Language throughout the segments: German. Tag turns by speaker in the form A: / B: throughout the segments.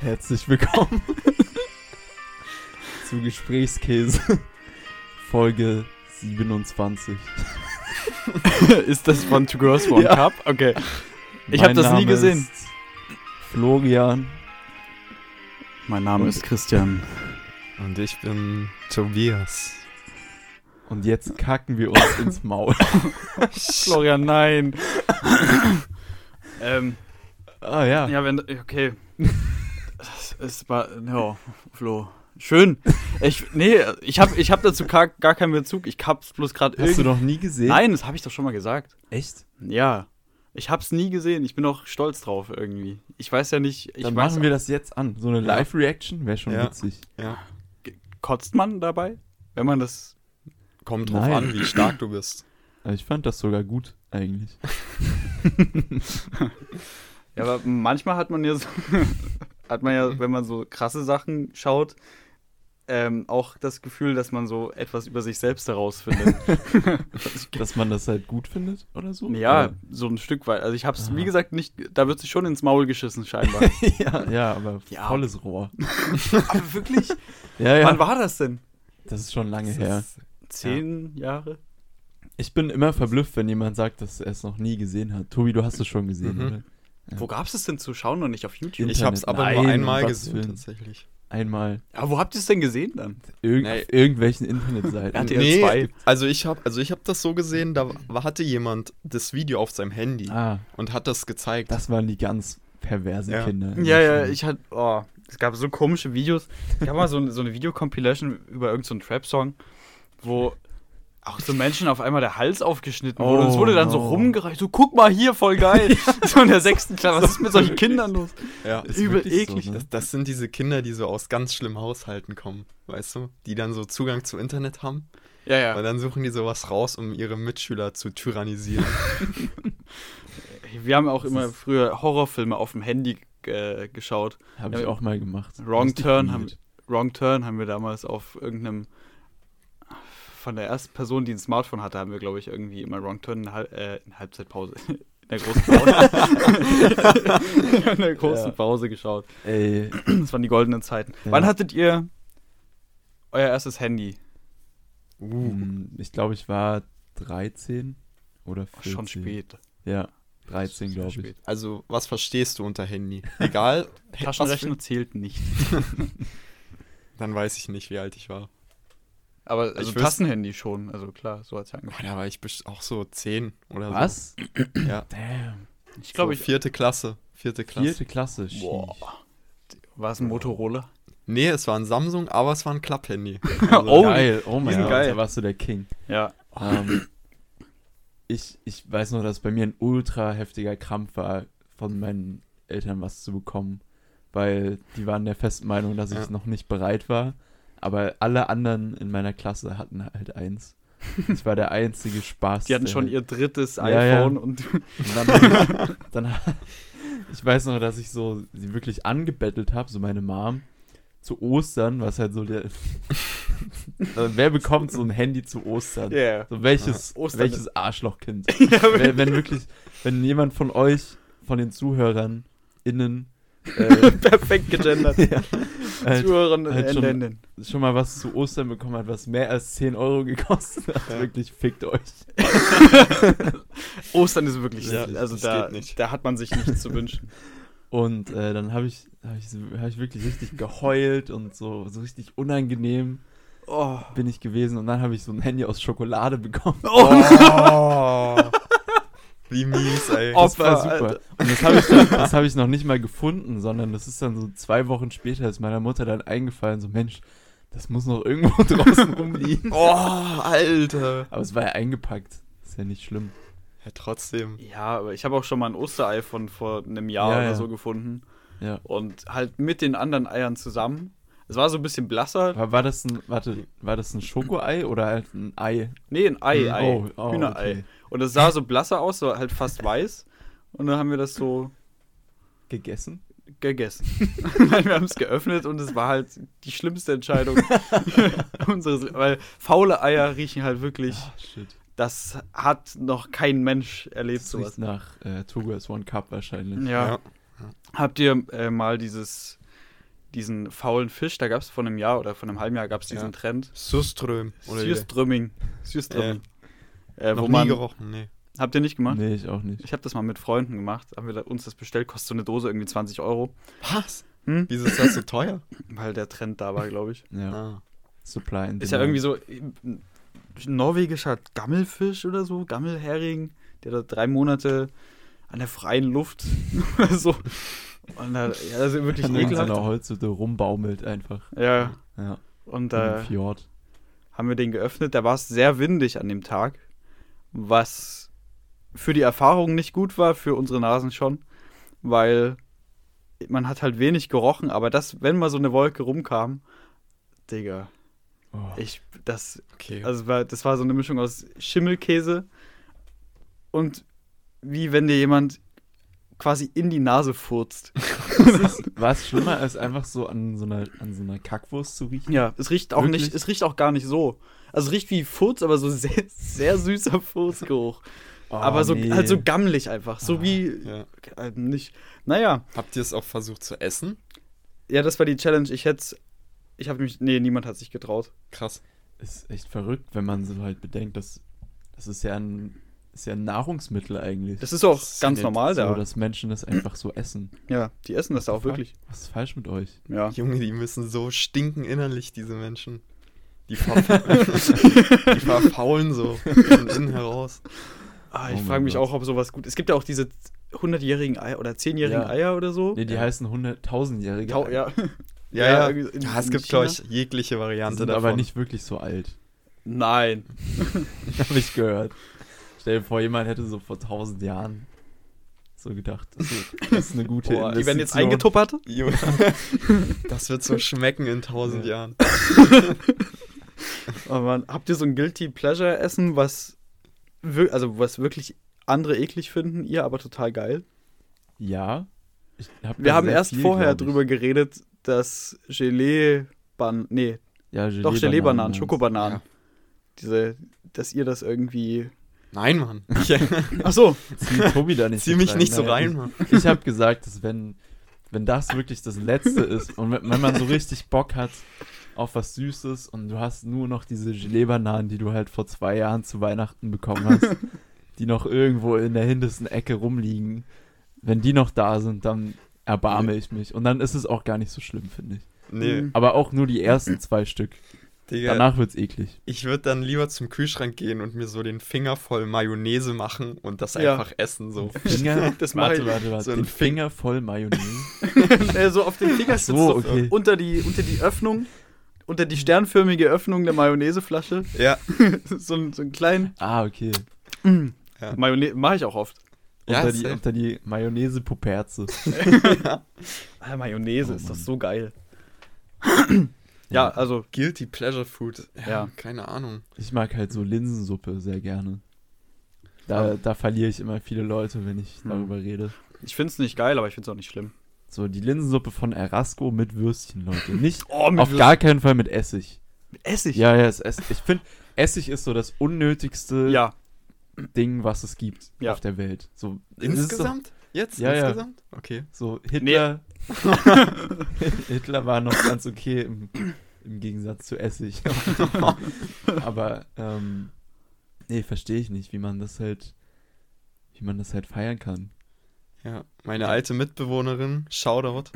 A: Herzlich willkommen zu Gesprächskäse Folge 27.
B: ist das von Two Girls One
A: Ja.
B: Cup? Okay. Ich
A: Mein
B: hab das nie
A: Name
B: gesehen.
A: Ist Florian.
B: Mein Name ist Christian.
C: Und ich bin Tobias.
A: Und jetzt kacken wir uns ins Maul.
B: Florian, nein. ähm,
A: Ah ja.
B: ja, wenn. Okay. Es- Es war. Ja, Flo. Schön. Ich, nee, ich habe ich hab dazu gar, gar keinen Bezug. Ich hab's bloß gerade
A: Hast du
B: irgendwie.
A: noch nie gesehen?
B: Nein, das habe ich doch schon mal gesagt.
A: Echt?
B: Ja. Ich hab's nie gesehen. Ich bin auch stolz drauf irgendwie. Ich weiß ja nicht. Ich
A: Dann
B: weiß,
A: machen wir das jetzt an. So eine Live-Reaction wäre schon
C: Ja.
A: witzig.
C: Ja.
B: kotzt man dabei? Wenn man das.
C: Kommt drauf
A: Nein.
C: an, wie stark du bist.
A: Aber Ich fand das sogar gut eigentlich.
B: Ja, aber manchmal hat man ja so, hat man ja, wenn man so krasse Sachen schaut, ähm, auch das Gefühl, dass man so etwas über sich selbst herausfindet.
A: Dass man das halt gut findet oder so?
B: ja, so ein Stück weit. Also ich hab's,
A: Aha.
B: wie gesagt, nicht, da wird sich schon ins Maul geschissen, scheinbar.
A: Ja, ja aber
B: Ja.
A: volles Rohr.
B: aber wirklich?
A: Ja, ja.
B: Wann war das denn?
A: das ist schon lange
C: Das
A: her.
C: ist-
B: Zehn Jahre?
A: Ich bin immer verblüfft, wenn jemand sagt, dass er es noch nie gesehen hat. Tobi, du hast es schon gesehen,
C: Mhm.
A: oder? Ja.
B: Wo gab's es denn zu schauen und nicht auf YouTube?
A: In-
C: Ich hab's aber
A: Nein,
C: nur
A: um
C: einmal
A: Gottes
C: gesehen,
A: Willen.
C: tatsächlich.
A: Einmal
B: aber wo habt ihr es denn gesehen dann?
A: irg
C: Nee.
A: auf irgendwelchen Internetseiten.
B: Hat RTL zwei.
C: also ich hab, also ich hab das so gesehen, da wa- hatte jemand das Video auf seinem Handy
A: ah,
C: und hat das gezeigt.
A: das waren die ganz perversen
C: Ja.
A: Kinder.
B: Ja, ja, ich hatte, oh, es gab so komische Videos. Es gab mal so, eine- so eine Videocompilation über irgendeinen so Trap-Song, wo auch so Menschen auf einmal der Hals aufgeschnitten wurde. und es
A: Oh,
B: wurde dann so
A: no.
B: rumgereicht, so guck mal hier, voll geil. So in der sechsten Klasse, was ist mit solchen Kindern los?
C: ja.
A: Ist
B: übel
A: wirklich
B: eklig,
A: So, ne?
C: Das, das sind diese Kinder, die so aus ganz schlimmen Haushalten kommen, weißt du? Die dann so Zugang zu Internet haben.
B: Ja,
C: Und
B: ja.
C: dann suchen die sowas raus, um ihre Mitschüler zu tyrannisieren.
B: Wir haben auch immer früher Horrorfilme auf dem Handy äh, geschaut.
A: Habe ich auch mal gemacht.
B: Wrong
A: Richtig
B: Turn
A: weird.
B: haben, Wrong Turn haben wir damals auf irgendeinem von der ersten Person, die ein Smartphone hatte, haben wir, glaube ich, irgendwie immer Wrong Turn in, der Hal äh, in der Halbzeitpause. In der großen Pause. in der großen
A: Ja.
B: Pause geschaut.
A: Ey,
B: Das waren die goldenen Zeiten.
A: Ja.
B: Wann hattet ihr euer erstes Handy?
C: uh.
A: mh, ähm, ich glaube, ich war 13 oder
B: Oh,
A: 14.
B: schon spät.
A: Ja, 13
B: Schon
A: glaube ich.
B: spät.
C: Also, was verstehst du unter Handy? Egal. was für-
B: Taschenrechner zählt nicht.
C: Dann weiß ich nicht, wie alt ich war.
B: Aber also
C: wüsste-
B: Tastenhandy schon. Also klar, so hat es ja angefangen.
C: Boah, da war ich best- auch so 10 oder so.
A: Was?
C: Ja.
A: Damn.
B: Ich glaube,
C: so
B: ich.
C: vierte Klasse. Vierte Klasse.
A: Vierte Klasse. sheesh.
B: Boah. War es ein Motorola?
C: Nee, es war ein Samsung, aber es war ein Klapp-Handy. Also
B: Oh,
A: geil. Oh mein
B: sind
A: Gott,
B: geil.
A: da warst du der King.
B: Ja.
A: Ähm, ich, ich weiß noch, dass bei mir ein ultra heftiger Krampf war, von meinen Eltern was zu bekommen, weil die waren der festen Meinung, dass ich
C: Ja.
A: noch nicht bereit war. Aber alle anderen in meiner Klasse hatten halt eins. Ich war der einzige Spaß.
B: Die hatten schon
A: ihr.
B: ihr drittes
A: Ja, ja.
B: iPhone und
A: Dann, dann, ich weiß noch, dass ich so sie wirklich angebettelt habe, so meine Mom, zu Ostern, was halt so der. also Wer bekommt so ein Handy zu Ostern?
B: Yeah.
A: So, welches,
B: Ja. Ostern-
A: welches Arschlochkind? wenn, wenn wirklich, wenn jemand von euch, von den Zuhörern, innen, äh,
B: Perfekt gegendert.
A: ja, halt
B: Zuhörerinnen
A: halt
B: und
A: schon-
B: Enden.
A: schon mal was zu Ostern bekommen hat, was mehr als 10 Euro gekostet hat, wirklich fickt euch.
B: Ostern ist wirklich,
C: Ja,
B: also
C: das
B: da,
C: geht nicht.
B: da hat man sich nichts zu wünschen.
A: Und äh, dann habe ich, hab ich, so- hab ich wirklich richtig geheult und so, so richtig unangenehm
B: Oh.
A: bin ich gewesen. Und dann habe ich so ein Handy aus Schokolade bekommen.
C: Oh. Wie mies, ey.
B: Oh.
A: Das war
B: Opfer,
A: super. Und das habe ich, dann- das hab ich noch nicht mal gefunden, sondern das ist dann so zwei Wochen später, ist meiner Mutter dann eingefallen, so Mensch, das muss noch irgendwo draußen rumliegen.
C: Oh, Alter.
A: Aber es war ja eingepackt. Ist ja nicht schlimm.
C: Ja, trotzdem.
B: Ja, aber ich habe auch schon mal ein Osterei von vor einem Jahr
A: Ja,
B: oder
A: ja.
B: so gefunden.
A: Ja.
B: Und halt mit den anderen Eiern zusammen. Es war so ein bisschen blasser.
A: War, war das ein, warte, war das ein Schokoei oder halt ein Ei?
B: Nee, ein Ei, Ei.
A: Oh, oh,
B: Hühnerei.
A: okay.
B: Und es sah so blasser aus, so halt fast weiß. Und dann haben wir das so
A: Gegessen?
B: gegessen. Nein, wir haben es geöffnet und es war halt die schlimmste Entscheidung unseres, weil faule Eier riechen halt wirklich.
A: Ah, shit.
B: Das hat noch kein Mensch erlebt
A: Das riecht
B: sowas.
A: nach äh, Two Girls One Cup wahrscheinlich.
B: Ja.
C: Ja.
B: Habt ihr äh, mal dieses diesen faulen Fisch, da gab es vor einem Jahr oder vor einem halben Jahr gab es diesen
C: Ja.
B: Trend.
C: Surström.
B: Sürströmming. Sürströmming. Äh,
C: Noch
B: wo
C: nie
B: man,
C: gerochen, nee.
B: habt ihr nicht gemacht?
A: Nee, ich auch nicht.
B: Ich habe das mal mit Freunden gemacht, haben wir da, uns das bestellt, kostet so eine Dose irgendwie 20 Euro,
C: Was?
B: Hm?
C: Wieso ist das so teuer?
B: weil der Trend da war, glaube ich.
A: Ja.
C: Ah.
A: Supply and
B: Ist ja
A: demand.
B: irgendwie so äh, ein norwegischer Gammelfisch oder so, Gammelhering, der da drei Monate an der freien Luft oder so. Und da, ja, das ist wirklich
A: an irgendeiner
B: ekelhaft.
A: Holzhütte rumbaumelt einfach.
B: Ja,
A: Ja.
B: und
A: Da.
B: da
A: Im Fjord.
B: haben wir den geöffnet. Da war es sehr windig an dem Tag, was für die Erfahrung nicht gut war, für unsere Nasen schon, weil man hat halt wenig gerochen, aber das, wenn mal so eine Wolke rumkam, Digga,
A: Oh.
B: ich, das
C: Okay.
B: also es war, das war so eine Mischung aus Schimmelkäse und wie wenn dir jemand quasi in die Nase furzt.
A: War es schlimmer, als einfach so an so einer, an so einer Kackwurst zu riechen?
B: Ja, es riecht auch
A: Wirklich?
B: nicht, es riecht auch gar nicht so. Also es riecht wie Furz, aber so sehr, sehr süßer Furzgeruch.
A: Oh,
B: aber so
A: nee.
B: halt so gammelig einfach, so
A: Ah,
B: wie
C: ja.
B: äh, nicht. Naja,
C: Habt ihr es auch versucht zu essen?
B: ja, das war die Challenge. Ich hätte ich habe mich nee, niemand hat sich getraut.
C: Krass.
A: Ist echt verrückt, wenn man so halt bedenkt, dass das ist ja ein, ist ja ein Nahrungsmittel eigentlich.
B: Das ist auch
C: Das ist
B: ganz
C: ja
B: normal
A: so,
B: da.
A: dass Menschen das einfach so essen.
B: ja, die essen das da auch wirklich.
A: Was ist falsch mit euch?
B: Ja.
C: Junge, die müssen so stinken innerlich, diese Menschen. Die, verf die verfaulen so von innen heraus.
B: Ah,
A: Oh
B: ich
A: mein
B: frage mich
A: Gott.
B: auch, ob sowas gut ist. Es gibt ja auch diese 100-jährigen Eier oder 10-jährigen
A: Ja.
B: Eier oder so.
A: Nee, die heißen 100.000-Jährige.
B: Tau ja.
C: Ja,
B: Ja,
C: ja. ja.
B: irgendwie in-
C: es
B: in
C: gibt,
B: China.
C: glaube ich, jegliche
A: Die
C: Variante
A: sind
C: davon.
A: aber nicht wirklich so alt.
B: Nein.
A: Habe ich gehört. Stell dir vor, jemand hätte so vor 1000 Jahren so gedacht. Das ist- das ist eine gute
B: Boah, die werden jetzt
A: Investition.
B: eingetuppert.
C: Junge, das wird so schmecken in tausend
A: Ja.
C: Jahren.
B: Oh Mann. Habt ihr so ein Guilty Pleasure Essen, was, wir also was wirklich andere eklig finden, ihr aber total geil?
A: Ja. Ich hab
B: Wir
A: da
B: haben
A: sehr
B: erst
A: viel,
B: vorher
A: glaub ich.
B: drüber geredet, dass Gelee Ban nee,
A: Ja, Gelee
B: doch Gelee-Bananen,
C: Ja.
B: Schokobananen. Diese, dass ihr das irgendwie.
C: Nein, Mann. Ich
B: Ach so,
A: Zieh Tobi da nicht
C: zieh
A: mit
C: mich
A: rein.
C: nicht so
A: Nein,
C: rein, Mann.
A: Ich, ich habe gesagt, dass wenn, wenn das wirklich das Letzte ist und wenn wenn man so richtig Bock hat auf was Süßes und du hast nur noch diese Gelee-Bananen, die du halt vor zwei Jahren zu Weihnachten bekommen hast, die noch irgendwo in der hintersten Ecke rumliegen, wenn die noch da sind, dann erbarme ich mich. Und dann ist es auch gar nicht so schlimm, finde ich.
C: Nee,
B: Mhm.
A: Aber auch nur die ersten zwei Stück.
C: Digga.
A: Hm. Danach wird's eklig.
C: Ich würde dann lieber zum Kühlschrank gehen und mir so den Finger voll Mayonnaise machen und das
B: Ja.
C: einfach essen. So.
A: Finger,
B: Das mach
A: warte,
B: ich.
A: warte, warte.
C: So ein
A: den
C: Fing-
A: Finger voll Mayonnaise.
B: äh, so auf den Fingerspitze.
A: So, okay.
B: unter die, unter die Öffnung, unter die sternförmige Öffnung der Mayonnaiseflasche.
C: Ja,
B: so, einen- so einen kleinen.
A: Ah, okay.
C: Ja.
B: Mayonnaise mache ich auch oft.
C: Ja,
A: Unter, die,
C: safe.
A: unter die Mayonnaise-Puperze.
B: Alter, Ah, Mayonnaise
A: Oh
B: ist
A: Mann.
B: doch so geil. ja, also,
C: Guilty Pleasure Food. Ja,
B: Ja.
C: keine Ahnung.
A: Ich mag halt so Linsensuppe sehr gerne. Da, da verliere ich immer viele Leute, wenn ich
B: Hm.
A: darüber rede.
B: ich finde es nicht geil, aber ich finde es auch nicht schlimm.
A: So, die Linsensuppe von Erasco mit Würstchen, Leute. Nicht,
B: Oh, mit
A: auf gar keinen Fall mit Essig.
B: Essig.
A: Ja, ja, es, es, ich finde, Essig ist so das unnötigste
B: Ja,
A: Ding, was es gibt
B: Ja.
A: auf der Welt. So, es ist
C: Insgesamt? Jetzt?
A: Ja, ja.
C: Insgesamt? Okay.
A: So, so Hitler. Hitler war noch ganz okay im, im Gegensatz zu Essig. Aber, ähm, nee, verstehe ich nicht, wie man das halt, wie man das halt feiern kann.
C: Ja. Meine alte Mitbewohnerin, Shoutout,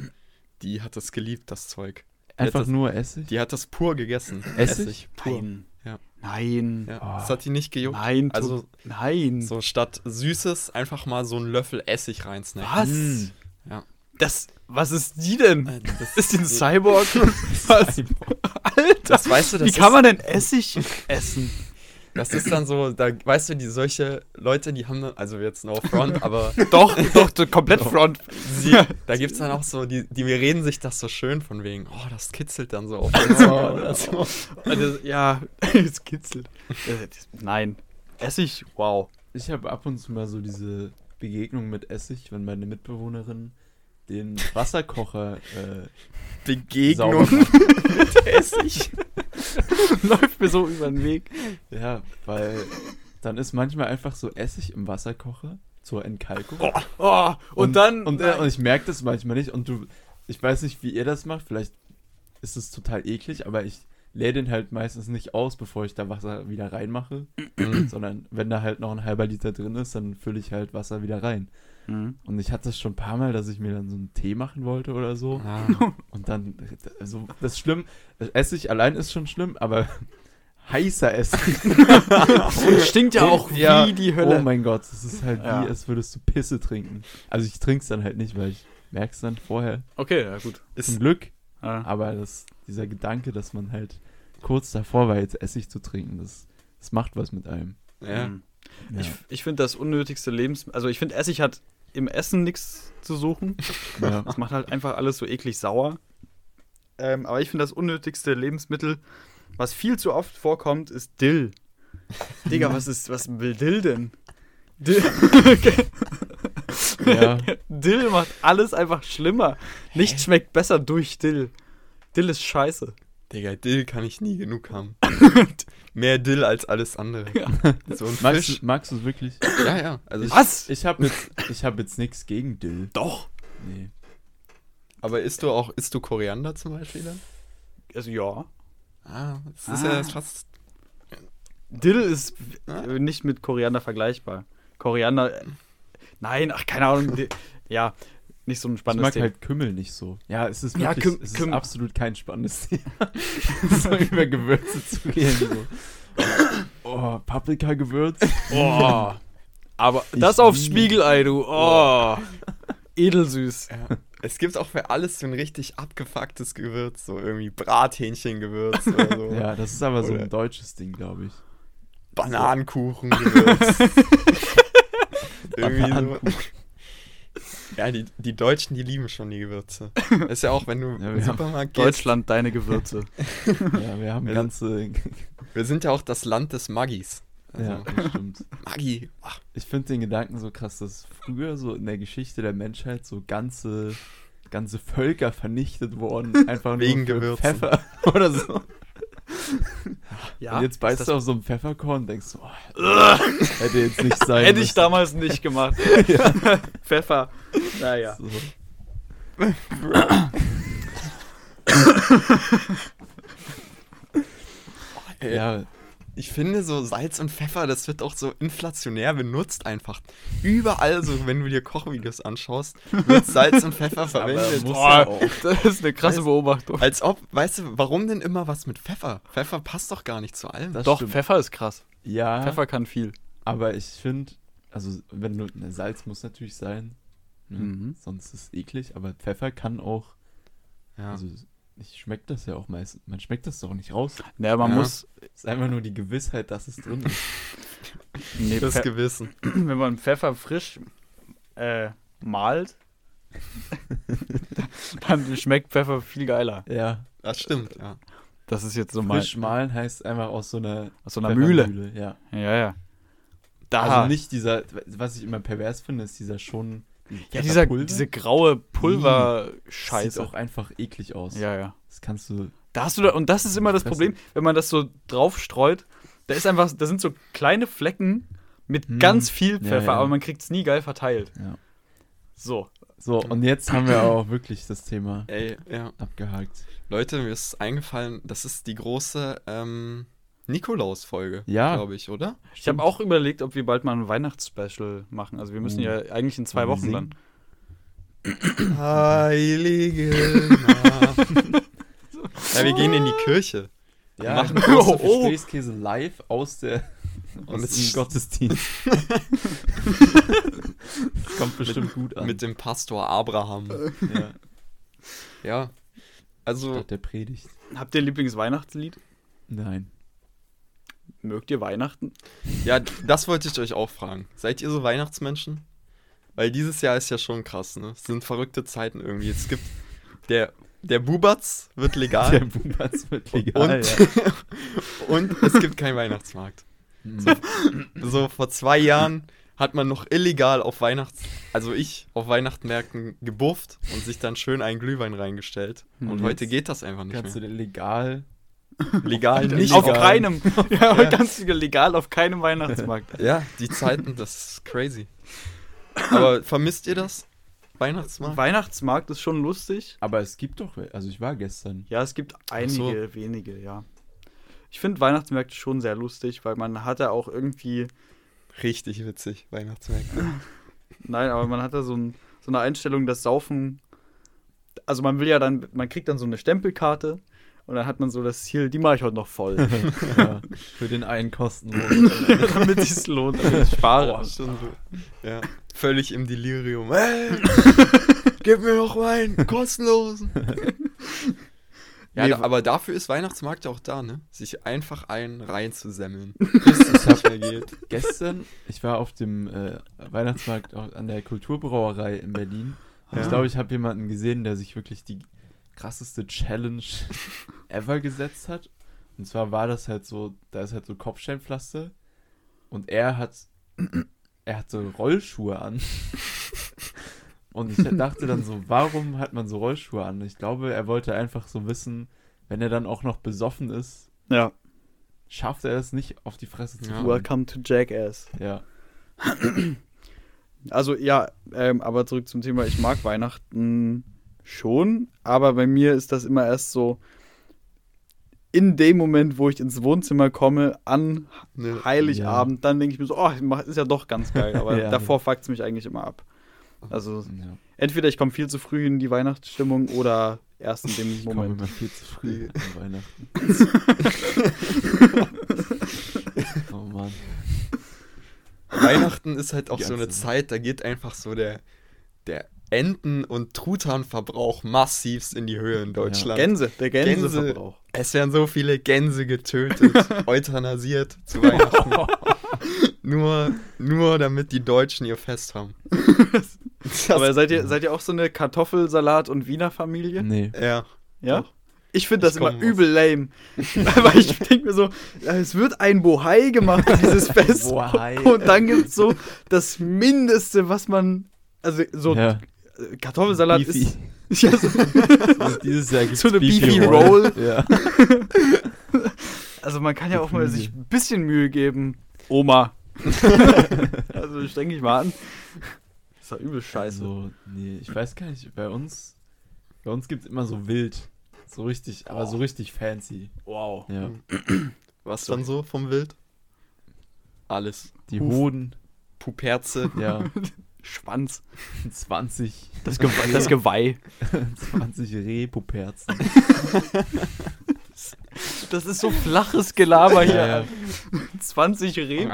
C: die hat das geliebt, das Zeug.
A: Einfach
C: das-
A: nur Essig?
C: Die hat das pur gegessen.
A: Essig?
C: Pur.
B: nein.
C: Ja.
B: Nein.
C: Ja.
A: Oh.
C: Das hat die nicht gejuckt.
B: Nein, also,
C: Also
B: nein.
C: so statt Süßes einfach mal so einen Löffel Essig reinsnacken.
B: was?
A: Mm.
C: Ja.
B: Das, was ist die denn?
C: Äh, Das,
B: Ist die ein Cyborg? was? Alter,
C: das weißt du, das
B: wie
C: ist-
B: kann man denn Essig essen?
C: Das ist dann so, da weißt du, die solche Leute, die haben dann, also jetzt no front, aber
B: doch, doch, so komplett front.
C: sie, da gibt es dann auch so, die, die reden sich das so schön von wegen, oh, das kitzelt dann so auf den Zunge oder so.
B: Also, ja, es kitzelt. Äh, das- Nein. Essig, wow.
A: Ich habe ab und zu mal so diese Begegnung mit Essig, wenn meine Mitbewohnerin den Wasserkocher äh, sauber
C: Begegnung.
A: macht.
B: Essig. Läuft mir so über den Weg.
A: Ja, weil dann ist manchmal einfach so Essig im Wasserkocher zur Entkalkung.
B: Oh, und, dann.
A: Und, äh, und ich merke das manchmal nicht. Und du, ich weiß nicht, wie ihr das macht. Vielleicht ist es total eklig, aber ich leer den halt meistens nicht aus, bevor ich da Wasser wieder reinmache, sondern wenn da halt noch ein halber Liter drin ist, dann fülle ich halt Wasser wieder rein.
B: Mhm.
A: Und ich hatte es schon ein paar Mal, dass ich mir dann so einen Tee machen wollte oder so.
C: Ah,
A: Und dann, also das ist schlimm, Essig allein ist schon schlimm, aber heißer Essig.
B: Und stinkt ja auch
A: Ja.
B: wie die
A: Oh
B: Hölle.
A: mein Gott, das ist halt
B: Ja.
A: wie, als würdest du Pisse trinken. Also ich trinke es dann halt nicht, weil ich merke es dann vorher.
B: okay, ja gut.
A: Zum
C: ist,
A: Glück.
B: Ah.
A: Aber das, dieser Gedanke, dass man halt kurz davor war, jetzt Essig zu trinken, das, das macht was mit einem.
C: ja.
B: Mhm.
A: Ja.
B: Ich, ich finde das unnötigste Lebensmittel, also ich finde Essig hat im Essen nichts zu suchen.
A: ja.
B: Das macht halt einfach alles so eklig sauer. Ähm, aber ich finde das unnötigste Lebensmittel, was viel zu oft vorkommt, ist Dill. Digga, was ist, was will Dill denn? Dill,
A: Ja.
B: Dill macht alles einfach schlimmer. Nichts schmeckt besser durch Dill. Dill ist scheiße.
C: Digga, Dill kann ich nie genug haben. Mehr Dill als alles andere.
B: Ja.
C: So ein
A: Magst
C: Fisch.
A: du magst du es wirklich?
C: Ja, ja. Also ich,
B: Was?
A: Ich habe jetzt, ich hab jetzt nichts gegen Dill.
B: Doch.
A: Nee.
C: aber isst du auch, isst du Koriander zum Beispiel dann?
B: Also ja.
C: Ah, das ist
B: Ah.
C: ja fast.
B: Dill ist äh, nicht mit Koriander vergleichbar. Koriander. äh, Nein, ach, keine Ahnung. Dill- Ja, nicht so ein
A: Ich mag
B: spannendes Thema.
A: halt Kümmel nicht so. Ja, es ist
B: Ja,
A: wirklich,
B: Küm-
A: es ist
B: Küm-
A: absolut kein spannendes Thema. so über Gewürze zu reden. So. Oh, Paprika-Gewürz.
B: Oh. Aber
A: Ich
B: das auf
A: liebe-
B: Spiegelei, du. Oh. Edelsüß.
C: Ja. Es gibt auch für alles so ein richtig abgefucktes Gewürz, so irgendwie Brathähnchengewürz oder so.
A: Ja, das ist aber so
C: Oder-
A: ein deutsches Ding, glaube ich.
C: Bananenkuchengewürz. irgendwie so. Ja, die, die Deutschen, die lieben schon die Gewürze. Ist ja auch, wenn du
A: wir
C: im
A: haben
C: Supermarkt gehst.
B: Deutschland, deine Gewürze.
A: Ja, wir haben
C: Wir
A: ganze.
C: Wir sind ja auch das Land des Maggis. Also,
A: Ja, das stimmt.
C: Maggi. Ach,
A: Ich finde den Gedanken so krass, dass früher so in der Geschichte der Menschheit so ganze, ganze Völker vernichtet wurden, einfach
C: Wegen
A: nur für
C: Gewürzen.
A: Pfeffer oder so. und jetzt beißt
B: ist
A: du
B: das-
A: auf so ein Pfefferkorn und denkst, so, oh, hätte jetzt nicht sein
B: Hätte ich
A: müssen.
B: damals nicht gemacht. Pfeffer. Naja.
A: So.
C: ey.
A: Ja,
C: Ich finde so Salz und Pfeffer, das wird auch so inflationär benutzt einfach. Überall so, wenn du dir Kochvideos anschaust, wird Salz und Pfeffer verwendet.
A: muss-
B: Boah,
A: ja auch.
B: das ist eine krasse
C: Weißt-
B: Beobachtung.
C: Als ob, weißt du, warum denn immer was mit Pfeffer? Pfeffer passt doch gar nicht zu allem.
A: das
B: Doch,
A: stimmt.
B: Pfeffer ist krass.
A: Ja,
B: Pfeffer kann viel.
A: aber ich finde, also wenn du, ne, Salz muss natürlich sein, ne?
B: Mhm.
A: sonst ist es eklig, aber Pfeffer kann auch,
C: Ja.
A: also ich schmeckt das ja auch meistens, man schmeckt das doch nicht raus.
B: Naja, man
C: Ja.
B: muss.
A: Es ist einfach nur die Gewissheit, dass es drin ist.
B: Nee,
C: das
B: Pfe-
C: Gewissen.
B: wenn man Pfeffer frisch äh, malt, dann schmeckt Pfeffer viel geiler.
A: Ja,
C: Das stimmt, ja.
B: Das ist jetzt so mein.
A: frisch malen heißt einfach aus so einer,
B: Aus so einer Mühle.
A: Pfeffermühle, Ja.
B: Ja, ja. Da.
A: Also nicht dieser, was ich immer pervers finde, ist dieser schon.
B: Ja, dieser,
A: Pulver.
B: diese graue
A: Das sieht
B: Pulverscheiße.
A: auch einfach eklig aus.
B: Ja, ja.
A: Das kannst du.
B: Da hast du da, und das ist immer das Problem, wenn man das so drauf streut, da ist einfach, da sind so kleine Flecken mit
A: Hm.
B: ganz viel
A: Ja,
B: Pfeffer,
A: ja.
B: aber man kriegt es nie geil verteilt.
A: Ja.
B: So.
A: So, und jetzt haben wir auch wirklich das Thema
C: Ey, ja.
A: abgehakt.
C: Leute, mir ist eingefallen, das ist die große ähm, Nikolaus-Folge,
A: Ja.
C: glaube ich, oder?
B: Ich habe auch überlegt, ob wir bald mal ein Weihnachtsspecial machen. Also wir müssen
A: Oh.
B: ja eigentlich in zwei
A: Wollen wir
B: Wochen dann.
C: Heilige Nacht. Ja, wir gehen in die Kirche.
A: Ja,
C: machen
A: machen
B: große
A: große oh, Gesprächskäse live aus der
C: Und
A: aus
C: es
A: dem
C: ist
A: Gottesdienst. das kommt bestimmt gut an.
C: mit dem Pastor Abraham.
A: ja,
C: Ja. Also,
A: statt der Predigt.
B: Habt ihr Lieblingsweihnachtslied?
A: Nein.
B: Mögt ihr Weihnachten?
C: ja, das wollte ich euch auch fragen. Seid ihr so Weihnachtsmenschen? Weil dieses Jahr ist ja schon krass, ne? Es sind verrückte Zeiten irgendwie. Es gibt. Der, der Bubatz wird
A: Der
C: legal
A: Bubatz wird
C: Ah. Und-
A: legal.
C: und es gibt keinen Weihnachtsmarkt.
A: ja.
C: So, vor zwei Jahren hat man noch illegal auf Weihnachts... Also ich, auf Weihnachtsmärkten gebufft und sich dann schön einen Glühwein reingestellt.
B: Hm,
C: Und
B: jetzt
C: heute geht das einfach nicht
A: Kannst du
C: mehr.
A: dir legal
C: Legal,
A: Äh,
C: nicht
B: auf
C: legal.
B: keinem. ja, aber ganz legal auf keinem Weihnachtsmarkt.
C: Ja, die Zeiten, das ist crazy. Aber vermisst ihr das? Weihnachtsmarkt?
B: Weihnachtsmarkt ist schon lustig.
A: Aber es gibt doch, wel- also ich war gestern.
B: Ja, es gibt einige,
C: so.
B: wenige, ja. Ich finde Weihnachtsmärkte schon sehr lustig, weil man hat da auch irgendwie,
C: Richtig witzig, Weihnachtsmärkte.
B: nein, aber man hat da so, ein, so eine Einstellung, dass Saufen, also man will ja dann, man kriegt dann so eine Stempelkarte und dann hat man so das Ziel, die mache ich heute noch voll,
A: ja, für den einen kostenlos.
B: damit es lohnt, damit ich spare.
C: Boah, schon so. Ja, völlig im Delirium. Hey, gib mir noch Wein, kostenlosen. Ja,
B: Nee,
C: da, aber dafür ist Weihnachtsmarkt ja auch da, ne? Sich einfach einen reinzusemmeln, bis es nicht mehr geht.
A: gestern, ich war auf dem äh, Weihnachtsmarkt au- an der Kulturbrauerei in Berlin. Und
B: Ja.
A: Ich glaube, ich habe jemanden gesehen, der sich wirklich die krasseste Challenge ever gesetzt hat. Und zwar war das halt so, da ist halt so Kopfsteinpflaster und er hat, er hat so Rollschuhe an. Und ich dachte dann so, warum hat man so Rollschuhe an? Ich glaube, er wollte einfach so wissen, wenn er dann auch noch besoffen ist,
B: Ja,
A: schafft er es nicht, auf die Fresse zu
C: Ja.
A: hauen.
B: welcome to Jackass.
A: Ja.
B: Also ja, ähm, aber zurück zum Thema, ich mag Weihnachten schon, aber bei mir ist das immer erst so in dem Moment, wo ich ins Wohnzimmer komme, an
C: Ne?
B: Heiligabend, dann denke ich mir so, oh, ich mach- ist ja doch ganz geil, aber
A: Ja.
B: davor fuckt es mich eigentlich immer ab. Also
A: ja.
B: entweder ich komme viel zu früh in die Weihnachtsstimmung oder erst in dem
A: Ich komme
B: Moment.
A: immer viel zu früh an Weihnachten. oh Mann.
C: Weihnachten ist halt auch so eine
A: Ganze.
C: Zeit, da geht einfach so der, der Enten- und Truthahnverbrauch massivst in die Höhe in Deutschland.
B: Gänse, der
C: Gänse-
B: Gänseverbrauch.
C: Es werden so viele Gänse getötet, euthanasiert zu Weihnachten. nur, nur damit die Deutschen ihr Fest haben. Das,
B: Aber seid ihr, seid ihr auch so eine Kartoffelsalat- und Wiener-Familie?
A: Nee.
C: ja.
B: Ja?
C: Doch.
B: Ich finde das
C: Ich
B: immer
C: komm aus-
B: übel lame. Weil ich denke mir so, äh, es wird ein Bohai gemacht, dieses Fest.
A: Bohai.
B: Und dann gibt es so das Mindeste, was man. Also so
A: Ja.
B: äh, Kartoffelsalat
A: Beefy.
B: ist. Ja, so,
A: Und dieses Jahr gibt's
B: So eine
A: Beefy
B: Beefy Roll.
A: Ja.
B: also man kann ja auch mal
A: Geflügel.
B: sich ein bisschen Mühe geben. Oma. also ich denke ich mal an. Ist doch übel scheiße.
A: Also, nee, ich weiß gar nicht. Bei uns, bei uns gibt's immer so wild. So richtig, aber so richtig fancy.
B: Wow.
A: Ja.
C: Was dann so vom Wild? Alles.
A: Die
B: Huf.
A: Hoden,
C: Puperze.
A: ja.
B: Schwanz.
A: 20,
B: Das, Ge das Geweih.
A: 20 Repuperzen.
B: Das ist so flaches Gelaber hier.
A: Ja, ja.
B: 20 Reben.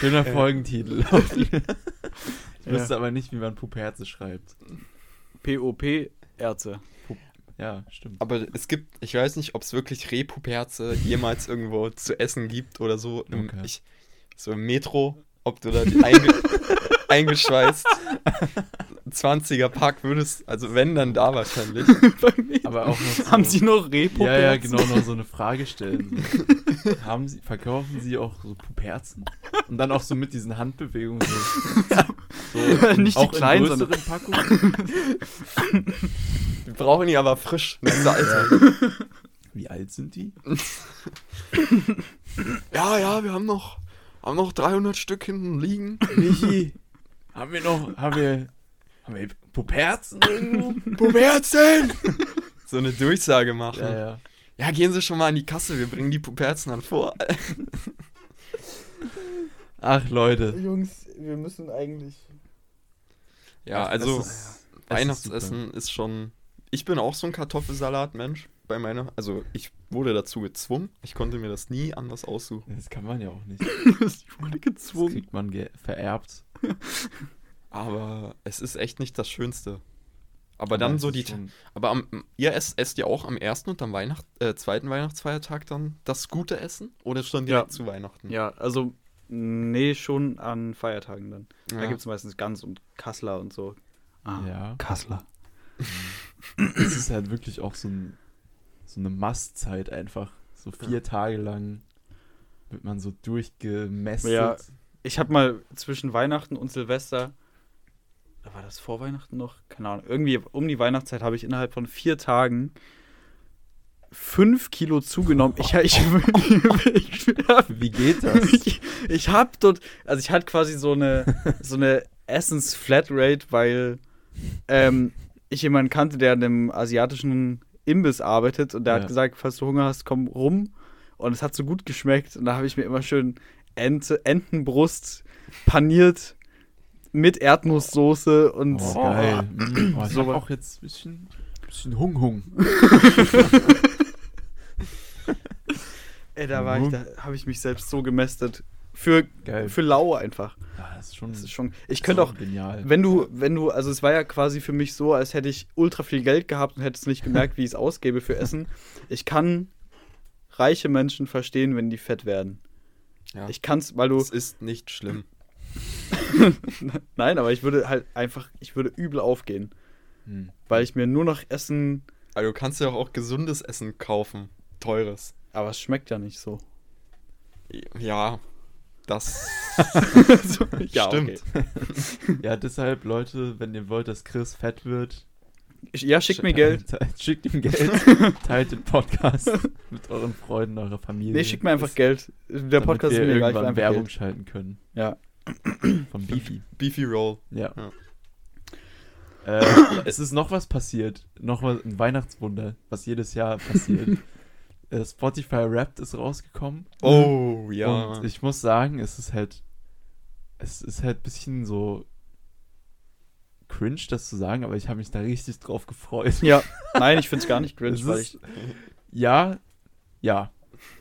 A: Schöner Folgentitel. ich wüsste aber nicht, wie man Puperze schreibt.
B: POP-Erze.
A: Ja, stimmt.
C: Aber es gibt, ich weiß nicht, ob es wirklich Repuperze jemals irgendwo zu essen gibt oder so. Im,
A: Okay.
C: ich, so im Metro, ob du da die einge eingeschweißt 20er Pack würdest, also wenn, dann da wahrscheinlich.
A: Aber auch noch so
B: Haben Sie noch Repo?
A: Ja, ja, genau, noch so eine Frage stellen. So. Haben Sie, verkaufen Sie auch so Puperzen? Und dann auch so mit diesen Handbewegungen. So, so in-
B: Nicht die
A: auch
B: kleinen,
A: in
B: sondern-
A: größeren Packungen.
C: Wir brauchen die aber frisch. Mit Salz.
A: Wie alt sind die?
C: Ja, ja, wir haben noch, haben noch 300 Stück hinten liegen.
A: Michi, haben wir noch, haben wir, haben wir Puperzen irgendwo?
C: Puperzen! So eine Durchsage machen.
A: Ja, ja.
C: Ja, gehen Sie schon mal an die Kasse, wir bringen die Puperzen dann vor.
A: Ach, Leute.
B: Jungs, wir müssen eigentlich.
C: Ja,
A: Es
C: also
A: ist- es ist
C: Weihnachtsessen ist, schon. Ich bin auch so ein Kartoffelsalat-Mensch bei meiner. Also ich wurde dazu gezwungen. Ich konnte mir das nie anders aussuchen.
A: super. Das kann man ja auch nicht.
B: ich wurde
A: Das
B: gezwungen.
A: kriegt man ge vererbt.
C: Aber es ist echt nicht das Schönste. Aber dann
A: es
C: so
A: ist
C: die.
A: schon-
C: Aber am, ihr esst, esst ihr auch am ersten und am Weihnacht, äh, zweiten Weihnachtsfeiertag dann das gute Essen? Oder schon direkt
B: Ja.
C: zu Weihnachten?
B: Ja, also, nee, schon an Feiertagen dann. Da
C: Ja.
B: gibt es meistens Gans und Kassler und so. Ah,
A: Ja.
B: Kassler.
A: Es ist halt wirklich auch so, ein, so eine Mastzeit einfach. So vier Tage lang wird man so durchgemessen.
B: Ja. Ich habe mal zwischen Weihnachten und Silvester. War das vor Weihnachten noch? Keine Ahnung. Irgendwie um die Weihnachtszeit habe ich innerhalb von vier Tagen fünf Kilo zugenommen. Ich, ich, ich,
A: Wie geht das?
B: ich, ich hab dort, also ich hatte quasi so eine, so eine Essens-Flatrate, weil ähm, ich jemanden kannte, der in einem asiatischen Imbiss arbeitet und der
A: Ja.
B: hat gesagt, falls du Hunger hast, komm rum. Und es hat so gut geschmeckt und da habe ich mir immer schön Ente, Entenbrust paniert mit Erdnusssoße und
A: Oh, geil. Mm, Oh, ich
B: So
A: hab
B: was-
A: auch jetzt ein bisschen, bisschen Hung Hung.
B: ey, da war ich, da habe ich mich selbst so gemästet. Für,
A: Mhm. Geil.
B: für lau einfach.
A: Ja, das ist schon,
B: Das ist schon. Ich könnte auch
A: genial.
B: Wenn du, wenn du, also es war ja quasi für mich so, als hätte ich ultra viel Geld gehabt und hätte es nicht gemerkt, wie ich es ausgebe für Essen. Ich kann reiche Menschen verstehen, wenn die fett werden.
C: Ja.
B: Ich kann's, weil du.
C: Es ist nicht schlimm.
B: Nein, aber ich würde halt einfach, ich würde übel aufgehen,
A: Hm.
B: weil ich mir nur noch Essen,
C: Also du kannst ja auch, auch gesundes Essen kaufen. Teures.
B: aber es schmeckt ja nicht so.
C: Ja, das
B: So,
C: Stimmt.
B: okay.
A: Ja, deshalb, Leute, wenn ihr wollt, dass Chris fett wird,
B: Ich, ja, schick mir Geld.
A: Schickt ihm Geld. Teilt den Podcast mit euren Freunden, eurer Familie.
B: Nee, schick mir einfach Geld. Der
A: Damit
B: Podcast ist
A: wir
B: mir egal, ich will
A: irgendwann
B: einfach
A: Werbung
B: Geld.
A: schalten können.
B: Ja.
A: Von Beefy.
C: Beefy Roll.
A: Ja.
C: Ja.
A: Äh, es ist noch was passiert. Noch was, ein Weihnachtswunder, was jedes Jahr passiert. Äh, Spotify Wrapped ist rausgekommen.
C: Oh, ja.
A: Und ich muss sagen, es ist halt. Es ist halt ein bisschen so. cringe, das zu sagen, aber ich habe mich da richtig drauf gefreut.
B: Ja, nein, ich find's gar nicht cringe,
A: Es
B: weil
A: ist-
B: ich,
A: Ja, ja.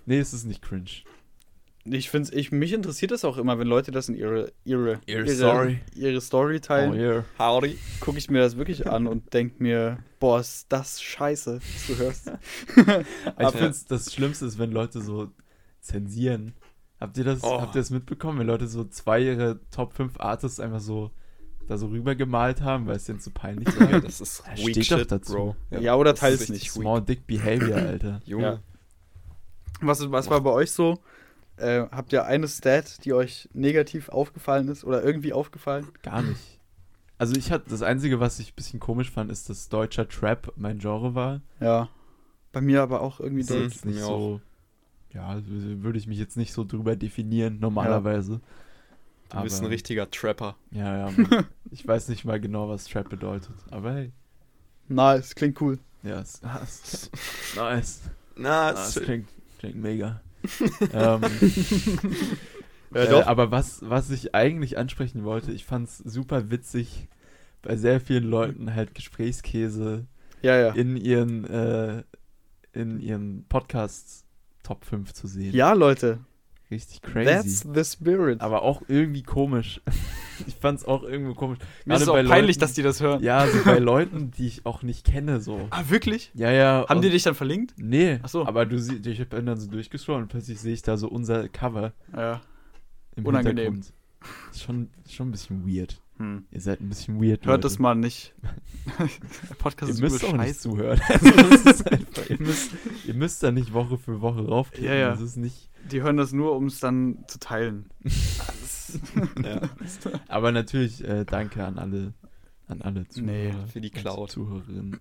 A: Nee, es ist nicht cringe.
B: ich find's, ich, mich interessiert das auch immer, wenn Leute das in ihre, ihre,
A: Ihre Story.
B: ihre Story teilen.
A: Oh, yeah.
C: Howdy.
B: gucke ich mir das wirklich an und denke mir, boah, ist das scheiße, was du hörst.
A: Ich
C: Aber-
A: finde, das Schlimmste ist, wenn Leute so zensieren. Habt ihr das,
C: Oh.
A: habt ihr das mitbekommen, wenn Leute so zwei ihre Top 5 Artists einfach so da so rübergemalt haben, weil es denen zu peinlich
C: Ja,
A: war?
C: das ist
A: Da
C: weak
A: steht doch
C: shit,
A: dazu.
C: Bro.
B: Ja, oder
C: das
B: teil's
C: ist richtig
B: nicht.
C: weak.
A: Small Dick Behavior, Alter.
C: Junge.
B: Was, was war bei euch so? Äh, habt ihr eine Stat, die euch negativ aufgefallen ist oder irgendwie aufgefallen?
A: Gar nicht. Also ich hatte das Einzige, was ich ein bisschen komisch fand, ist, dass deutscher Trap mein Genre war.
B: Ja. Bei mir aber auch irgendwie
A: Ist
C: Mhm.
B: doll.
A: jetzt nicht
C: mir
A: so. Ja, würde ich mich jetzt nicht so drüber definieren, normalerweise.
C: Du bist ein
A: Aber-
C: richtiger Trapper.
A: Ja, ja. Mann. ich weiß nicht mal genau, was Trap bedeutet. Aber hey.
B: Nice, klingt cool.
A: Ja, es, ah, es, nice.
C: Na,
A: Ah, es klingt, klingt mega. ähm,
B: Ja,
A: äh,
B: doch.
A: aber was, was ich eigentlich ansprechen wollte, ich fand's super witzig, bei sehr vielen Leuten halt Gesprächskäse
B: Ja, ja.
A: in ihren, äh, in ihren Podcasts Top 5 zu sehen.
B: Ja, Leute,
A: Richtig crazy.
B: that's the spirit.
A: Aber auch irgendwie komisch. ich fand's auch irgendwo komisch.
B: Mir ist
A: Gerade
B: es auch
A: bei
B: peinlich,
A: Leuten-
B: dass die das hören.
A: Ja, so bei Leuten, die ich auch nicht kenne, so.
B: Ah, wirklich?
A: Ja, ja.
B: Haben
A: und-
B: die dich dann verlinkt?
A: Nee,
B: Ach so.
A: aber du siehst, ich bin dann so durchgescrollt und plötzlich sehe ich da so unser Cover
B: Ja.
A: im
B: Unangenehm.
A: Hintergrund. Ist schon, ist schon ein bisschen weird.
B: Hm.
A: Ihr seid ein bisschen weird.
B: Hört
A: Leute.
B: das mal nicht. Der Podcast
A: Ihr
B: ist
A: müsst
B: übel
A: auch nicht
B: scheiße.
A: zuhören. Also, das ist einfach, ihr, müsst, ihr müsst da nicht Woche für Woche raufklicken.
B: Ja, ja.
A: Das ist nicht.
B: Die hören das nur, um es dann zu teilen.
C: ja.
A: Aber natürlich äh, danke an alle, an alle Zuhörer.
B: Nee,
C: für die
A: und
C: Cloud.
A: Zuhörerinnen.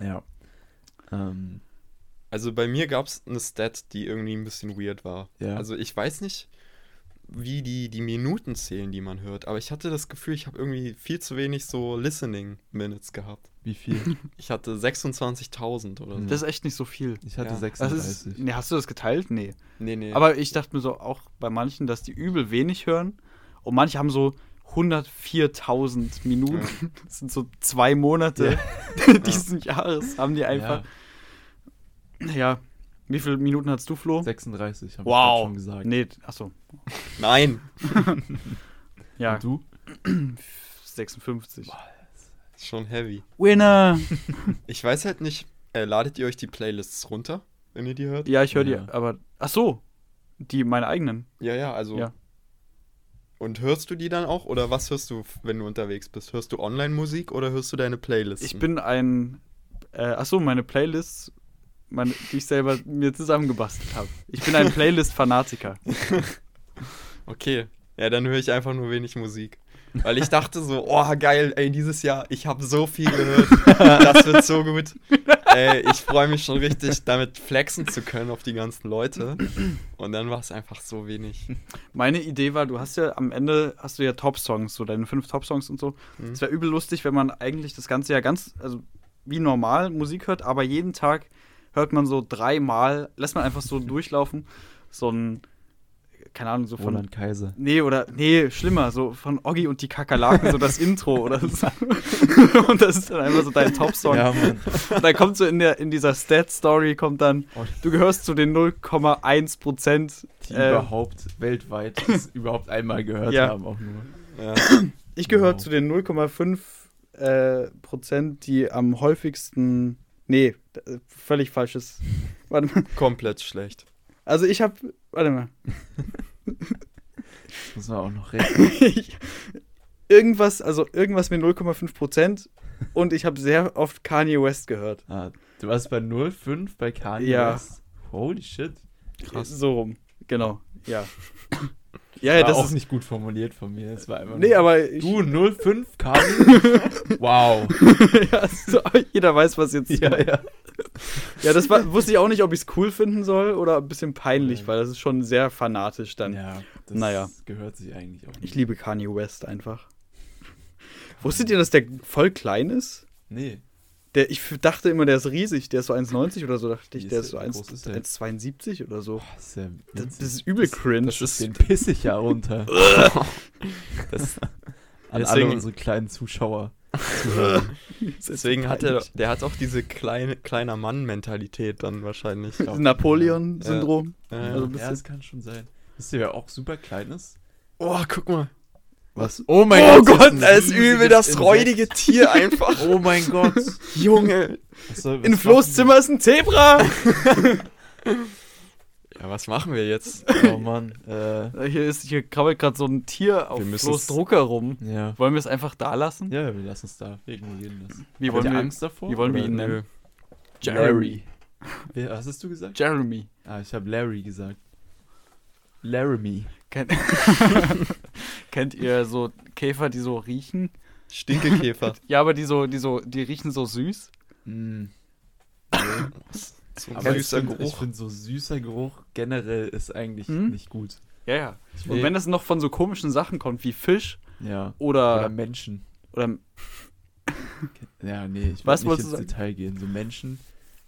A: Ja. Ähm,
C: Also bei mir gab es eine Stat, die irgendwie ein bisschen weird war.
A: Ja.
C: Also ich weiß nicht, wie die, die Minuten zählen, die man hört, aber ich hatte das Gefühl, ich habe irgendwie viel zu wenig so Listening Minutes gehabt.
A: wie viel?
C: Ich hatte 26.000 oder so.
A: Mhm.
B: Das ist echt nicht so viel.
A: Ich hatte
C: Ja.
B: Das
A: 36.
B: ist, nee, hast du das geteilt? Nee.
C: Nee, nee.
B: Aber ich dachte mir so auch bei manchen, dass die übel wenig hören und manche haben so 104.000 Minuten. Das sind so zwei Monate diesen Jahres, haben die einfach. Ja. Wie viele Minuten hast du, Flo?
A: Ja, 36, habe ich grad
B: Wow.
A: schon gesagt.
B: Nee, achso.
C: Nein.
B: Ja,
A: Und du?
B: 56.
C: Schon heavy.
B: Winner!
C: Ich weiß halt nicht, äh, ladet ihr euch die Playlists runter, wenn ihr die hört?
B: Ja, ich höre
A: Ja.
B: die, aber. Ach so. Die, meine eigenen.
C: Ja, ja, also.
B: Ja.
C: Und hörst du die dann auch? Oder was hörst du, wenn du unterwegs bist? Hörst du Online-Musik oder hörst du deine Playlists?
B: Ich bin ein. Äh, achso, meine Playlists, meine, die ich selber mir zusammengebastelt habe. Ich bin ein Playlist-Fanatiker.
C: Okay. Ja, dann höre ich einfach nur wenig Musik. Weil ich dachte so, oh geil, ey, dieses Jahr, ich habe so viel gehört. Das wird so gut. Ey, ich freue mich schon richtig, damit flexen zu können auf die ganzen Leute. Und dann war es einfach so wenig.
B: Meine Idee war, du hast ja am Ende hast du ja Top-Songs, so deine fünf Top-Songs und so.
C: Mhm.
B: Es wäre übel lustig, wenn man eigentlich das ganze Jahr ganz, also wie normal Musik hört, aber jeden Tag hört man so dreimal, lässt man einfach so durchlaufen, so ein, keine Ahnung, so von.
A: Roland Kaiser.
B: Nee, oder, nee, schlimmer, so von Oggi und die Kakerlaken, so das Intro oder so. und das ist dann einfach so dein Top-Song.
A: Mann.
B: Und dann kommt so in, der, in dieser Stat-Story, kommt dann, du gehörst zu den 0,1%.
A: Die
B: Äh,
A: überhaupt weltweit es überhaupt einmal gehört
B: Ja.
A: haben, auch nur.
C: Ja.
B: Ich gehöre
A: Wow.
B: zu den 0,5 äh, Prozent, die am häufigsten. Nee, d- völlig falsches. Warte mal.
C: Komplett schlecht.
B: Also ich habe. Warte mal.
A: Das muss man auch noch reden.
B: Ich, irgendwas, also irgendwas mit 0,5 Prozent und ich habe sehr oft Kanye West gehört.
A: Ah, du warst bei 0,5 bei Kanye
B: Ja.
A: West. Holy shit.
C: Krass.
B: So rum. Genau. Ja. ja, ja,
A: war
B: das
A: auch
B: ist.
A: nicht gut formuliert von mir. Das war einfach
B: Nee,
A: nur-
B: aber ich,
A: Du 0,5 Kanye? wow.
B: ja, so, jeder weiß, was jetzt. Ja, ja. das war, wusste ich auch nicht, ob ich es cool finden soll oder ein bisschen peinlich,
A: Ja.
B: weil das ist schon sehr fanatisch dann.
A: Ja, das
B: Naja.
A: gehört sich eigentlich auch
B: Ich
A: nicht.
B: liebe Kanye West einfach. Wusstet ihr, dass der voll klein ist?
A: Nee.
B: Der, ich f- dachte immer, der ist riesig. Der ist so 1,90 oder so, dachte ich.
A: Wie
B: Der
A: ist
B: ist so
A: der? Wie groß ist der?
B: 1,72 oder so.
A: Boah, das ist ja
B: Das,
A: winzig.
B: das ist übel cringe.
A: Das ist den piss ich ja runter. das, an alle
C: Deswegen-
A: unsere kleinen Zuschauer.
C: Äh, Deswegen hat er, der hat auch diese kleine, kleiner Mann-Mentalität dann wahrscheinlich.
B: das Napoleon-Syndrom.
C: Ja,
B: Also
C: ja.
B: ein bisschen-
A: ja, das kann schon sein. Wisst ihr, wer auch super klein ist?
C: Oh, guck mal.
A: Was? Oh mein
C: Oh
A: das
C: Gott,
A: ein
C: da ist übel
A: riesiges
C: das
A: Insekt.
C: räudige Tier einfach.
A: Oh mein Gott.
C: Junge.
A: Was soll- was
B: In
A: machen
B: Flo's Zimmer ist ein Zebra!
C: Ja, was machen wir jetzt?
A: wir? Oh Mann. Äh,
B: hier, ist, hier krabbelt gerade so ein Tier auf
C: Wir müssen
B: Flo's
C: es-
B: Drucker rum.
A: ja.
B: Wollen wir es einfach da lassen?
A: Ja, wir lassen es da. Wir ignorieren das.
B: Wie
A: Habt
B: wollen
A: ihr
B: wir
A: Angst davor?
B: wie wollen wir
A: oder?
B: ihn
C: Nö.
A: Larry. Wer, was hast du gesagt?
B: Jeremy.
A: Ah, ich habe Larry gesagt. Laramie.
B: Kennt, kennt ihr so Käfer, die so riechen?
C: Stinkekäfer.
B: Ja, aber die so, die so, die riechen so süß.
A: Mm.
C: So
A: Aber
C: ein
A: ich
C: süßer
A: finde,
C: Geruch.
A: find so süßer Geruch generell ist eigentlich
B: Mhm.
A: nicht gut.
B: Ja, ja.
A: Ich
B: Und
A: will-
B: wenn das noch von so komischen Sachen kommt, wie Fisch
A: ja. Oder
B: oder.
A: Menschen.
B: oder,
A: Ja, nee, ich
B: Was
A: will nicht
B: wolltest
A: ins
B: du sagen?
A: Detail gehen. So Menschen.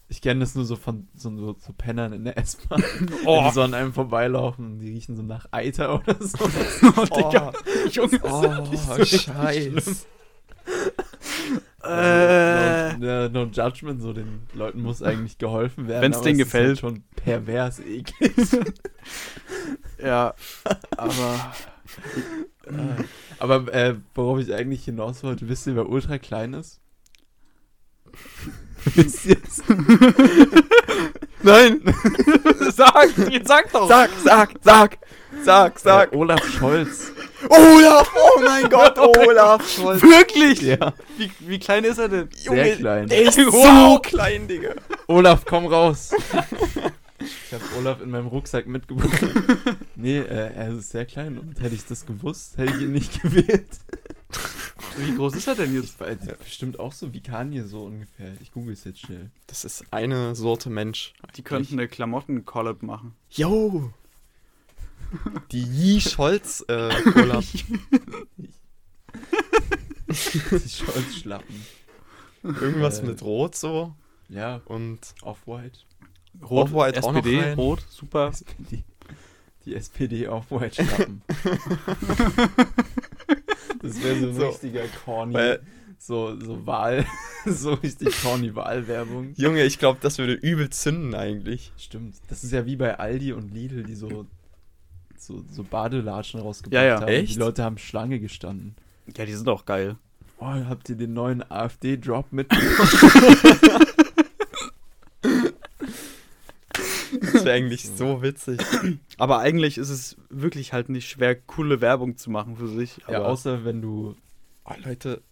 A: Ich kenne das nur so von so, so, so Pennern in der S-Bahn, wenn
B: oh,
A: die so an einem vorbeilaufen und die riechen so nach Eiter oder so.
B: Oh, Digga. Junge.
C: Oh, scheiß.
A: Oh.
B: Äh,
A: no, no, no judgment, so den Leuten muss eigentlich geholfen werden.
B: Wenn's
A: aber
B: denen
A: es ist halt
B: gefällt.
A: schon pervers eklig.
B: ja, aber. Ah.
A: Aber äh, worauf ich eigentlich hinaus wollte, wisst ihr, wer ultra klein ist? wisst ihr es?
B: Nein! sag, jetzt sag doch!
C: Sag, sag, sag, sag, sag.
A: Äh, Olaf Scholz.
C: Olaf, oh mein Gott, Olaf Scholz.
B: Wirklich!
A: Ja,
B: Wie, wie klein ist er denn?
A: sehr klein.
C: Der ist
B: Wow.
C: so klein, Digga.
A: Olaf, komm raus. Ich habe Olaf in meinem Rucksack mitgebracht. Nee, äh, er ist sehr klein und hätte ich das gewusst, hätte ich ihn nicht gewählt.
B: Wie groß ist er denn jetzt?
A: Ich weiß, bestimmt auch so wie Kanye so ungefähr. Ich google es jetzt schnell.
C: Das ist eine Sorte Mensch.
B: Die könnten eine Klamotten-Collab machen.
C: Yo. Die Yi Scholz, äh, Olaf.
A: Die Scholz-Schlappen.
C: Irgendwas
A: Äh.
C: mit Rot so
A: Ja,
C: und
A: Off-White.
B: Rot,
C: Off-White auch noch
B: SPD,
C: rein.
B: Rot, super.
A: Die, die SPD Off-White-Schlappen. das wäre so ein
C: So.
A: richtiger corny,
C: Weil-
A: so, so Wahl, so richtig corny Wahlwerbung.
C: Junge, ich glaube, das würde übel zünden eigentlich.
A: Stimmt. Das ist ja wie bei Aldi und Lidl, die so, so, so Badelatschen rausgebracht
B: Ja, ja.
A: haben.
C: Echt?
A: Die Leute haben Schlange gestanden.
B: Ja, die sind auch geil.
A: Oh, habt ihr den neuen AfD-Drop mit?
C: Das wäre eigentlich so witzig.
B: Aber eigentlich ist es wirklich halt nicht schwer, coole Werbung zu machen für sich.
A: ja,
B: aber-
A: außer wenn du.
C: Oh, Leute,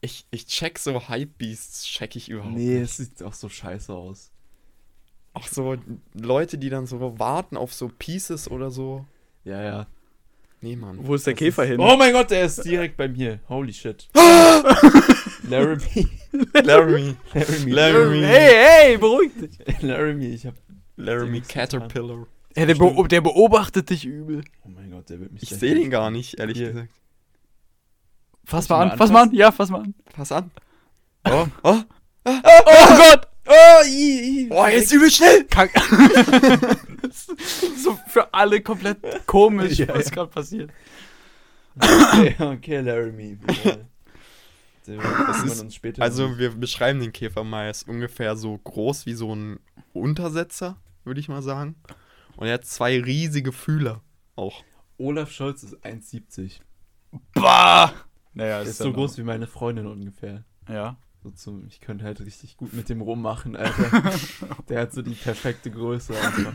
C: ich, ich check so Hypebeasts, check ich überhaupt
A: Nee,
C: nicht.
A: es sieht auch so scheiße aus.
C: Auch so Leute, die dann so warten auf so Pieces oder so.
A: Ja, ja.
C: Nee, Mann.
B: Wo ist der Käfer hin?
A: Oh mein Gott, der ist direkt bei mir. Holy shit. Laramie.
C: Laramie.
A: Laramie.
C: Laramie.
B: Hey, hey, beruhig dich.
A: Laramie, ich hab.
C: Laramie
A: Dings getan.
C: Caterpillar.
B: Ja, der,
A: Stimmt.
B: beo- der beobachtet dich übel.
A: Oh mein Gott, der wird mich.
C: Ich
A: gleich-
C: sehe den gar nicht, ehrlich
A: Hier.
C: gesagt.
A: Kannst
B: Fass
A: du
B: mal
A: mal
B: an, fass mal an, ja, fass mal an.
C: Pass an. Oh, oh,
B: Oh, Gott!
A: Oh, i, i.
C: oh, jetzt übel schnell.
B: Kack. so für alle komplett komisch,
A: Ja,
B: was
A: ja.
B: gerade passiert.
A: Okay, okay, Laramie. Bruder. Der wird- Das sieht
C: ist-
A: man uns später. noch.
C: Also, wir beschreiben den Käfer mal. Er ist ungefähr so groß wie so ein Untersetzer, würde ich mal sagen. Und er hat zwei riesige Fühler auch.
A: Olaf Scholz ist 1,70.
B: Bah! Naja,
A: Ist so groß wie meine Freundin ungefähr.
B: Ja.
A: So zum, ich könnte halt richtig gut mit dem rummachen, Alter. Der hat so die perfekte Größe einfach.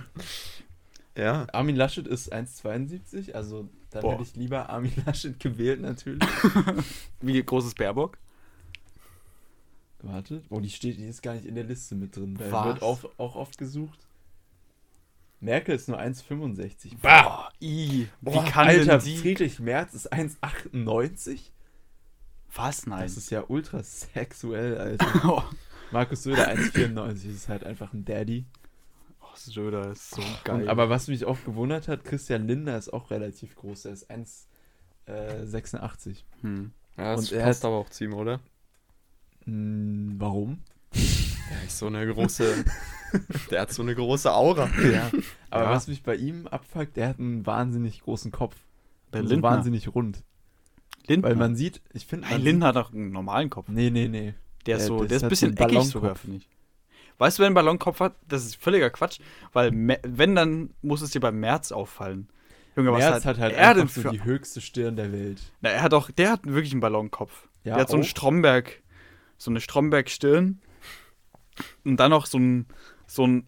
C: Ja.
A: Armin Laschet ist 1,72, also dann
B: Boah.
A: hätte ich lieber Armin Laschet gewählt natürlich.
B: Wie groß ist Baerbock?
A: Warte. Oh, die steht, die ist gar nicht in der Liste mit drin. Da
B: Was?
A: wird auf, auch oft gesucht. Merkel ist nur 1,65.
B: Bah! I.
A: Boah,
B: wie kann
A: Alter,
B: denn die...
A: Friedrich Merz ist 1,98?
B: Was? Nein.
A: Das ist ja ultra sexuell, Alter.
B: oh,
A: Markus Söder 1,94 das ist halt einfach ein Daddy.
B: Söder ist so
A: Und,
B: geil.
A: aber was mich auch gewundert hat, Christian Lindner ist auch relativ groß. Er ist äh, 1,86.
B: Hm.
C: ja
A: das
C: das
A: Und er passt
C: passt
A: hat-
C: aber auch zu ihm, oder?
A: Hm, warum?
C: Er ist so eine große. der hat so eine große Aura.
A: Ja. Aber
B: Ja.
A: was mich bei ihm abfuckt, er hat einen wahnsinnig großen Kopf.
B: Bei
A: Und so
B: Lindner.
A: wahnsinnig rund.
B: Lindner.
A: Weil man sieht, ich finde.
B: Nein,
A: man
B: Lindner hat doch einen normalen Kopf.
A: Sieht, nee, nee, nee.
B: Der ist
A: Der-
B: so,
A: das
B: der ist ein
A: hat
B: bisschen
A: so einen
B: eckig sogar,
A: Ballonkopf.
B: finde ich. Weißt du, wer einen Ballonkopf hat? Das ist völliger Quatsch, weil me- wenn, dann muss es dir beim März auffallen. Junge,
A: Merz
B: was
A: hat halt
B: er denn
A: einfach so
B: für...
A: die höchste Stirn der Welt.
B: Na, er hat auch, der hat wirklich einen Ballonkopf.
A: Ja,
B: der hat so einen
A: auch.
B: Stromberg, so eine Stromberg-Stirn und dann noch so ein, so ein,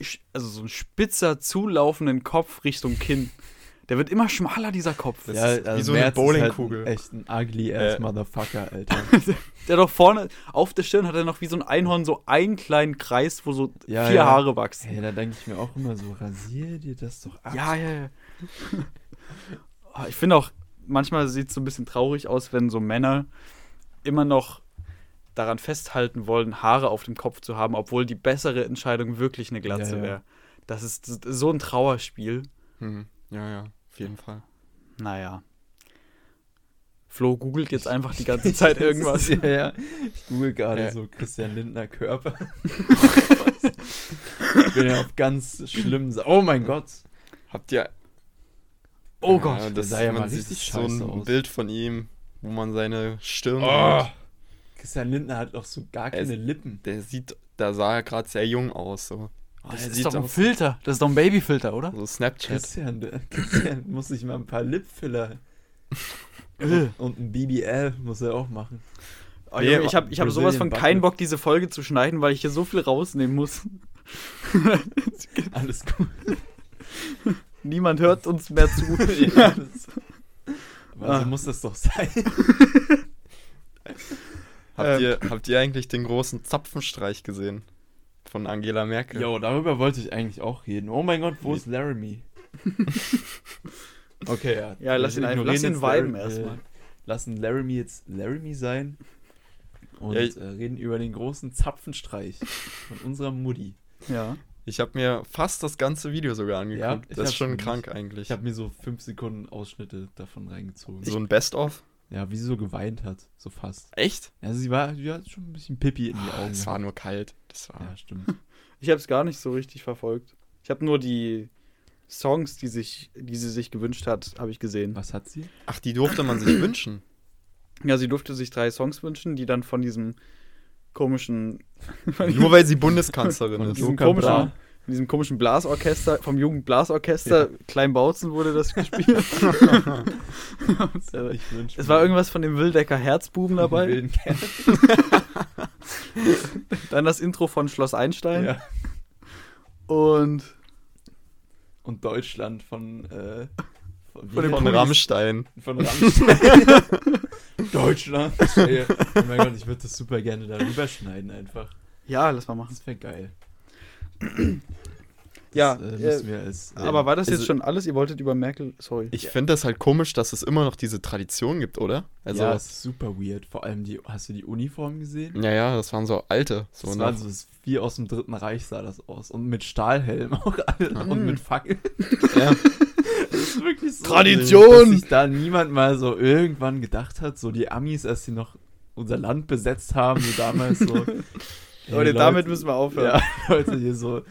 B: sch- also so ein spitzer zulaufenden Kopf Richtung Kinn. Der wird immer schmaler, dieser Kopf.
C: Das ist wie
A: also
C: so eine
A: Merz ist
C: Bowlingkugel.
A: Halt echt ein ugly ass
C: Äh.
A: Motherfucker, Alter.
B: Der doch vorne auf der Stirn hat er noch wie so ein Einhorn so einen kleinen Kreis, wo so
A: Ja,
B: vier
A: ja.
B: Haare wachsen.
A: Hey, da denke ich mir auch immer so, rasier dir das doch ab.
B: Ja, ja, ja. Oh, ich finde auch, manchmal sieht es so ein bisschen traurig aus, wenn so Männer immer noch daran festhalten wollen, Haare auf dem Kopf zu haben, obwohl die bessere Entscheidung wirklich eine Glatze
A: Ja, ja.
B: wäre. Das ist s- so ein Trauerspiel.
C: Hm. Ja, ja, auf jeden Fall.
B: Naja. Flo googelt jetzt einfach die ganze Zeit irgendwas.
A: ja, ja. Ich google gerade
C: Ja.
A: so Christian Lindner Körper. ich bin ja auf ganz schlimmen. Sa oh mein Gott.
C: Habt ihr
B: Oh
C: Ja,
B: Gott.
C: das
A: sah ja
C: man
A: mal
C: sieht
A: richtig
C: so ein
A: scheiße aus.
C: Bild von ihm, wo man seine Stirn
A: Oh.
C: sieht.
A: Christian Lindner hat doch so gar keine
C: ist-
A: Lippen.
C: Der sieht, da sah er gerade sehr jung aus, so.
B: Oh,
C: er
B: das
C: sieht
B: ist doch ein
C: aus-
B: Filter. Das ist doch ein Babyfilter, oder?
C: So Snapchat.
A: Christian, der- Christian muss sich mal ein paar Lipfiller
B: Äh.
A: und ein BBL muss er auch machen.
B: Oh,
C: Nee,
B: Junge, ich habe ich hab sowas von
A: Brazilian
B: keinen
A: Bucket.
B: Bock, diese Folge zu schneiden, weil ich hier so viel rausnehmen muss.
A: Alles gut.
B: Niemand hört uns mehr zu.
A: ja, das, aber so
B: Ah.
A: Also muss das doch sein.
C: Habt,
B: Ähm.
C: ihr, habt ihr eigentlich den großen Zapfenstreich gesehen? Von Angela Merkel.
A: Jo, darüber wollte ich eigentlich auch reden. Oh mein Gott, wo ist Laramie? okay, ja.
B: Ja, lass ihn
A: Wir
B: ein-
A: ignorieren
B: lass ihn
A: jetzt
B: viben
A: Laram-
B: erstmal.
A: Äh, lassen Laramie jetzt Laramie sein und
C: Ja, ich-
A: äh, reden über den großen Zapfenstreich von unserer Mutti.
B: ja.
C: Ich habe mir fast das ganze Video sogar
A: Ja,
C: angeguckt.
A: ich
C: das
A: hab's
C: ist schon
A: nicht.
C: krank eigentlich.
A: Ich habe mir so fünf Sekunden Ausschnitte davon reingezogen.
C: so ein Best-of.
A: ja, wie sie so geweint hat, so fast.
C: Echt? Ah,
A: Also sie war, sie hat schon ein bisschen Pippi in die
B: Ah,
A: Augen.
C: Es war
A: gehabt.
C: nur kalt. Das war.
A: ja, stimmt.
B: Ich habe es gar nicht so richtig verfolgt. Ich habe nur die Songs, die, sich, die sie sich gewünscht hat, habe ich gesehen.
A: Was hat sie?
C: Ach, die durfte man sich wünschen.
B: Ja, sie durfte sich drei Songs wünschen, die dann von diesem komischen,
C: Nur weil sie Bundeskanzlerin
A: Von
C: ist.
B: diesem
A: Luca
B: komischen-
A: Bra.
B: von diesem komischen Blasorchester, vom Jugendblasorchester Kleinbautzen wurde das gespielt. Und, äh,
A: Ich wünsche
B: es
A: mir
B: war irgendwas von dem Wildecker Herzbuben
A: einen
B: dabei.
A: wilden Kerl.
B: Dann das Intro von Schloss Einstein.
A: Ja.
B: Und
A: Und Deutschland von, äh, von,
B: Von dem
C: Von Rammstein.
A: Von Rammstein. Deutschland. Ey, oh mein Gott, ich würde das super gerne darüber schneiden einfach.
B: ja, lass mal machen.
A: Das wäre geil.
B: Ja,
A: äh,
B: äh,
A: müssen wir als, äh,
B: Aber war das
C: Also-
B: jetzt schon alles? Ihr wolltet über Merkel. Sorry.
C: Ich finde das halt komisch, dass es immer noch diese Tradition gibt, oder? Also,
A: ja,
C: ja,
A: ist super weird. Vor allem die, hast du die Uniform gesehen?
C: ja, das waren so alte. So
A: das
C: ne?
A: waren so das, wie aus dem Dritten Reich sah das aus. Und mit Stahlhelm auch alle
B: Mhm.
A: und mit Fackeln.
C: ja.
A: Das ist wirklich so.
B: Tradition!
A: Dass sich da niemand mal so irgendwann gedacht hat, so die Amis, als sie noch unser Land besetzt haben, so damals so. Leute,
B: Leute, damit müssen wir aufhören.
A: Ja, Leute, hier so.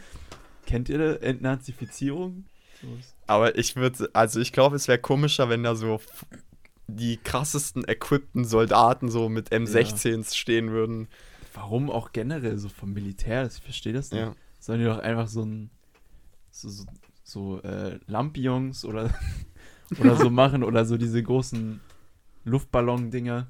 A: Kennt ihr Entnazifizierung? So ist-
C: Aber ich würde, also ich glaube, es wäre komischer, wenn da so f- die krassesten equippten Soldaten so mit M16s stehen würden.
A: Warum auch generell so vom Militär? Ich verstehe das nicht.
C: Ja.
A: Sollen die doch einfach so ein. so, so, so äh, Lampions oder, oder so machen oder so diese großen Luftballon-Dinger.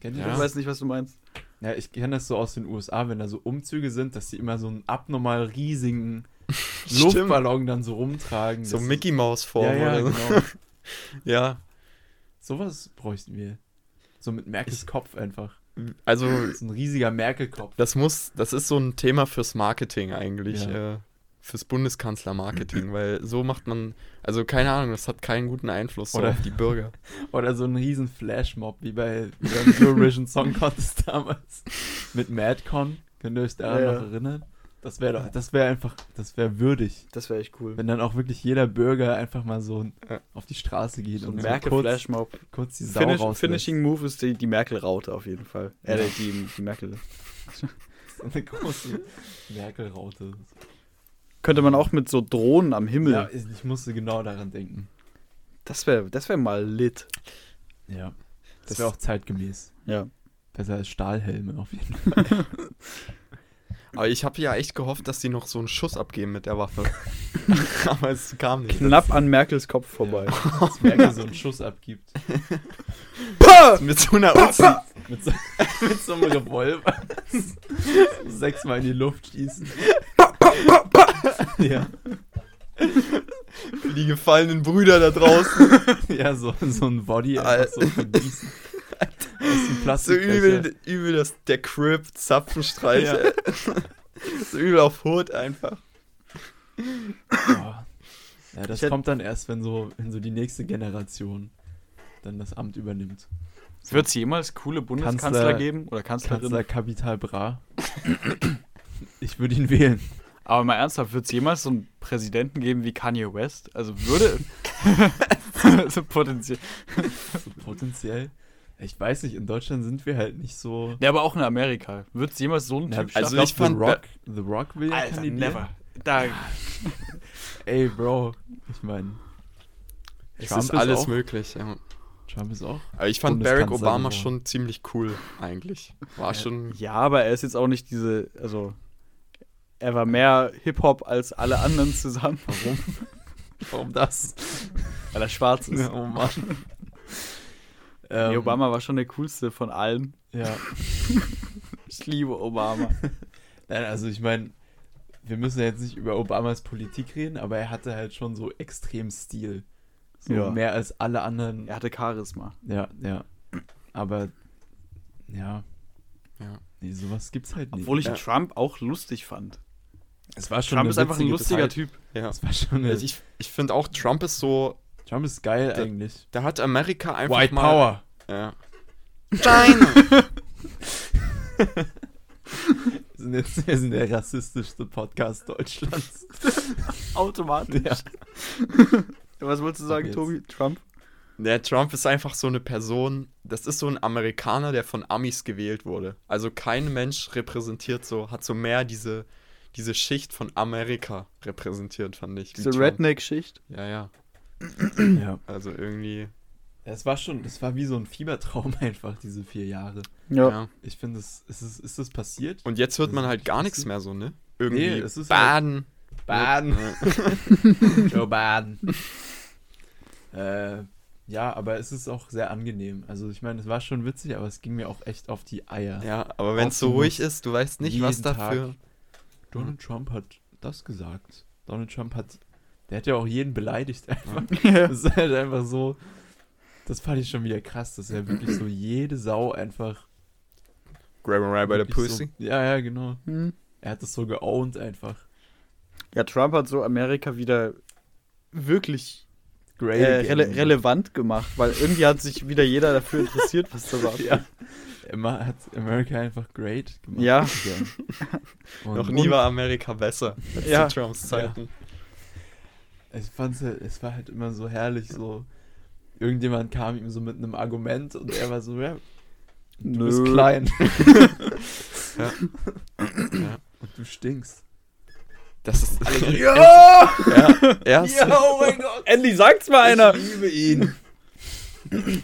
A: Kennt ihr
C: Ja.
A: das?
B: Ich weiß nicht, was du meinst.
A: Ja, ich kenne das so aus den USA, wenn da so Umzüge sind, dass die immer so einen abnormal riesigen
C: Stimmt.
A: Luftballon dann so rumtragen.
C: So
A: Das-
C: Mickey Mouse Form
A: ja, ja,
C: oder so.
A: genau.
C: Ja.
A: Sowas bräuchten wir. So mit Merkels Kopf einfach.
C: Also
A: Das ist ein riesiger Merkel-Kopf.
C: das muss, das ist so ein Thema fürs Marketing eigentlich,
A: Ja.
C: äh, fürs Bundeskanzler-Marketing, weil so macht man, also keine Ahnung, das hat keinen guten Einfluss so
A: Oder-
C: auf die Bürger.
A: Oder so ein riesen Flashmob, wie bei, wie beim Eurovision Song Contest damals. Mit Madcon. Könnt ihr euch daran
B: Ja, ja.
A: noch erinnern? Das wäre doch, das wäre einfach, das wäre würdig.
B: Das wäre echt cool.
A: Wenn dann auch wirklich jeder Bürger einfach mal so
C: Ja.
A: auf die Straße geht
B: So ein
A: und kurz,
B: Merkel-Flashmob.
A: kurz die Sau
B: Finish,
A: rauslässt.
B: Finishing Move ist die, die Merkel-Raute auf jeden Fall. Äh,
A: Ja.
B: die, die Merkel.
A: So eine große Merkel-Raute.
B: Könnte man auch mit so Drohnen am Himmel.
A: Ja, ich ich musste genau daran denken.
B: Das wäre das wär mal lit.
A: Ja. Das
C: Das-
A: wäre auch zeitgemäß.
B: Ja.
A: Besser als Stahlhelme auf jeden Fall.
C: Aber ich habe ja echt gehofft, dass die noch so einen Schuss abgeben mit der Waffe. Aber es kam nicht.
B: Knapp an Merkels Kopf vorbei.
A: Dass Merkel so einen Schuss abgibt.
B: Pah!
C: Mit so einer Uzi.
A: Mit so, mit so einem Revolver. So Sechsmal in die Luft schießen. ja.
C: Die gefallenen Brüder da draußen.
A: ja, so, so ein Body
C: Al-
A: einfach so vergießen. Aus dem
C: So
A: Plastik.
C: übel, übel das, der Crip, Zapfenstreich.
A: Ja.
C: äh. so übel auf Hut einfach.
A: Ja, das
B: Ich hätt-
A: kommt dann erst, wenn so, wenn so die nächste Generation dann das Amt übernimmt.
B: Wird es jemals coole Bundeskanzler
A: Kanzler-
B: geben? Oder Kanzlerin?
A: Kanzler Kapital Bra. Ich würde ihn wählen.
B: Aber mal ernsthaft, wird es jemals so einen Präsidenten geben wie Kanye West? Also würde. so potenziell.
A: So potenziell. Ich weiß nicht, in Deutschland sind wir halt nicht so.
B: Ja, aber auch in Amerika. Wird es jemals so einen
A: Na,
B: Typ
C: also
B: schaffen?
C: ich fand-
A: The Rock, The Rock will ja
B: Alter,
A: kandidieren.
B: never. Da,
A: Ey, Bro. Ich meine,
C: Es
A: Trump
C: ist
A: ist
C: alles
A: auch-
C: möglich. Ja.
A: Trump ist auch.
C: Aber ich fand Barack
A: Bundeskanzler
C: Obama
A: geworden.
C: schon ziemlich cool eigentlich. War schon.
B: ja, aber er ist jetzt auch nicht diese. Also. Er war mehr Hip-Hop als alle anderen zusammen. Warum?
A: Warum das?
B: Weil er schwarz ist.
A: oh Mann.
B: Nee,
A: Ähm,
B: Obama war schon der coolste von allen.
A: Ja.
B: Ich liebe Obama.
A: Nein, also ich meine, wir müssen ja jetzt nicht über Obamas Politik reden, aber er hatte halt schon so extrem Stil. So
B: Ja.
A: mehr als alle anderen.
B: Er hatte Charisma.
A: Ja, ja. Aber, ja.
C: Ja.
A: Nee, sowas gibt's halt nicht.
B: Obwohl ich
C: Ja.
B: Trump auch lustig fand.
A: es war schon
B: Trump
A: eine
B: ist einfach ein
A: witzige
B: lustiger
A: Zeit.
B: Typ.
C: Ja.
A: Es war schon eine,
C: Also ich ich finde auch Trump ist so.
A: Trump ist geil
C: Der-
A: eigentlich.
C: Da hat Amerika einfach mal. Ja.
A: Wir sind, jetzt, wir sind der rassistischste Podcast Deutschlands.
B: Automatisch.
A: Ja.
B: Was wolltest du
A: sagen,
B: sagen,
A: Tobi?
B: Tobi? Trump?
C: Der Ne, Trump ist einfach so eine Person. Das ist so ein Amerikaner, der von Amis gewählt wurde. Also kein Mensch repräsentiert so, hat so mehr diese, diese Schicht von Amerika repräsentiert, fand ich. wie
B: Diese
C: Trump.
B: Redneck-Schicht.
C: Ja, ja.
A: ja.
C: Also irgendwie.
A: Es war schon, es war wie so ein Fiebertraum einfach, diese vier Jahre.
C: Ja.
A: Ich finde, es ist, es- ist das passiert?
C: Und jetzt hört man halt gar
A: Das
C: nichts
A: ist-
C: mehr so, ne? Irgendwie
A: es ist halt
C: Baden.
A: Baden.
C: Ja.
A: Joe Baden. äh, ja, aber es ist auch sehr angenehm. Also ich meine, es war schon witzig, aber es ging mir auch echt auf die Eier.
C: ja, aber wenn es so ruhig ist, du weißt nicht, was
A: Jeden Tag.
C: dafür.
A: Donald Trump hat das gesagt. Donald Trump hat, der hat ja auch jeden beleidigt einfach.
B: Ja.
A: Das ist halt einfach so, das fand ich schon wieder krass, dass er wirklich so jede Sau einfach...
C: Grab and Ride by the
A: wirklich
C: Pussy.
A: So, ja, ja, genau.
B: Hm.
A: Er hat das so geowned einfach.
B: Ja, Trump hat so Amerika wieder wirklich
A: Great
B: äh,
A: again.
B: rele relevant gemacht, weil irgendwie hat sich wieder jeder dafür interessiert, was da war.
A: Ja. Immer hat America einfach great gemacht.
B: Ja.
A: Und
C: Noch nie war Amerika besser als
B: Ja.
C: zu Trumps Zeiten.
A: Ich fand's halt, es war halt immer so herrlich, so. Irgendjemand kam ihm so mit einem Argument und er war so, ja, du bist
B: Nö.
A: klein.
C: Ja. Ja.
A: Und du stinkst.
C: Das ist
B: Ja!
C: er, erst,
A: oh mein Gott.
B: Endlich sagt's mal einer!
A: liebe ihn.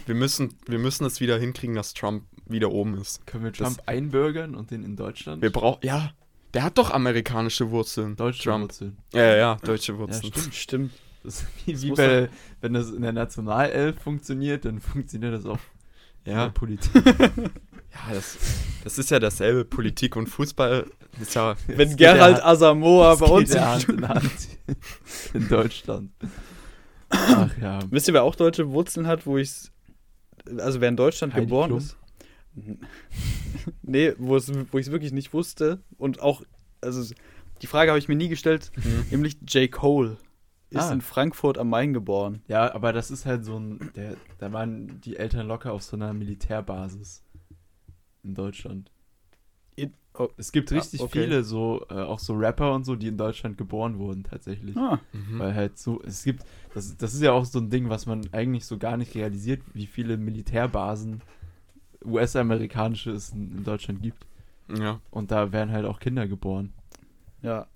C: wir, müssen, wir müssen es wieder hinkriegen, dass Trump wieder oben ist.
A: Können wir Trump einbürgern und den in Deutschland?
C: Wir brauchen, ja, der hat doch amerikanische Wurzeln.
A: Deutschland
C: Trump.
A: Wurzeln.
C: Ja, ja, deutsche
A: Ja,
C: Wurzeln.
A: stimmt.
B: Stimmt.
A: Das ist wie,
B: Das
A: wie
B: muss
A: bei, wenn das in der Nationalelf funktioniert, dann funktioniert das auch in
C: Ja,
A: der Politik.
C: ja das, das ist ja dasselbe. Politik und Fußball ist ja.
B: Wenn
A: geht ja
B: Gerald
A: Hand-
B: Asamoah
A: Das
B: bei
A: geht
B: uns
A: ja Hand in Hand in Deutschland. Ach ja.
B: Wisst ihr, wer auch deutsche Wurzeln hat, wo ich's. Also wer in Deutschland
A: Heidi
B: geboren
A: Klum?
B: ist? Nee, wo es- wo ich es wirklich nicht wusste. Und auch, also es- die Frage habe ich mir nie gestellt, nämlich J. Cole ist
A: Ah.
B: in Frankfurt am Main geboren.
A: Ja, aber das ist halt so ein. Der, da waren die Eltern locker auf so einer Militärbasis in Deutschland.
B: In, oh,
A: Es gibt
B: Ah,
A: richtig
B: okay.
A: viele, so, äh, auch so Rapper und so, die in Deutschland geboren wurden, tatsächlich.
B: ah,
C: Mhm.
A: Weil halt so, es gibt, das, das ist ja auch so ein Ding, was man eigentlich so gar nicht realisiert, wie viele Militärbasen US-amerikanische es in, in Deutschland gibt.
C: Ja.
A: Und da werden halt auch Kinder geboren.
B: ja.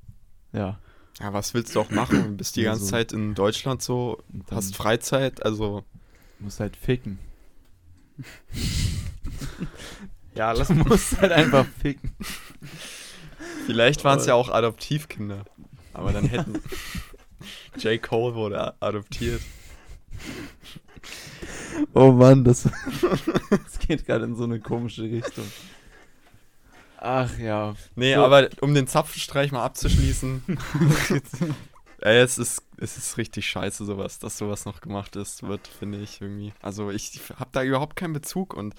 A: Ja.
C: ja, was willst du auch machen? Du bist die
A: Ja,
C: ganze
A: so.
C: Zeit in Deutschland so,
A: Und dann
C: hast Freizeit, also.
A: musst halt ficken.
B: Ja, lass
A: Du musst halt einfach ficken.
C: Vielleicht waren es ja auch Adoptivkinder. Aber dann hätten. J. Cole wurde a- adoptiert.
A: Oh Mann, das, das geht gerade in so eine komische Richtung. Ach ja.
C: Nee,
A: So.
C: aber um den Zapfenstreich mal abzuschließen. Ey, es ist, es ist richtig scheiße, sowas, dass sowas noch gemacht ist, wird, finde ich irgendwie. Also ich habe da überhaupt keinen Bezug und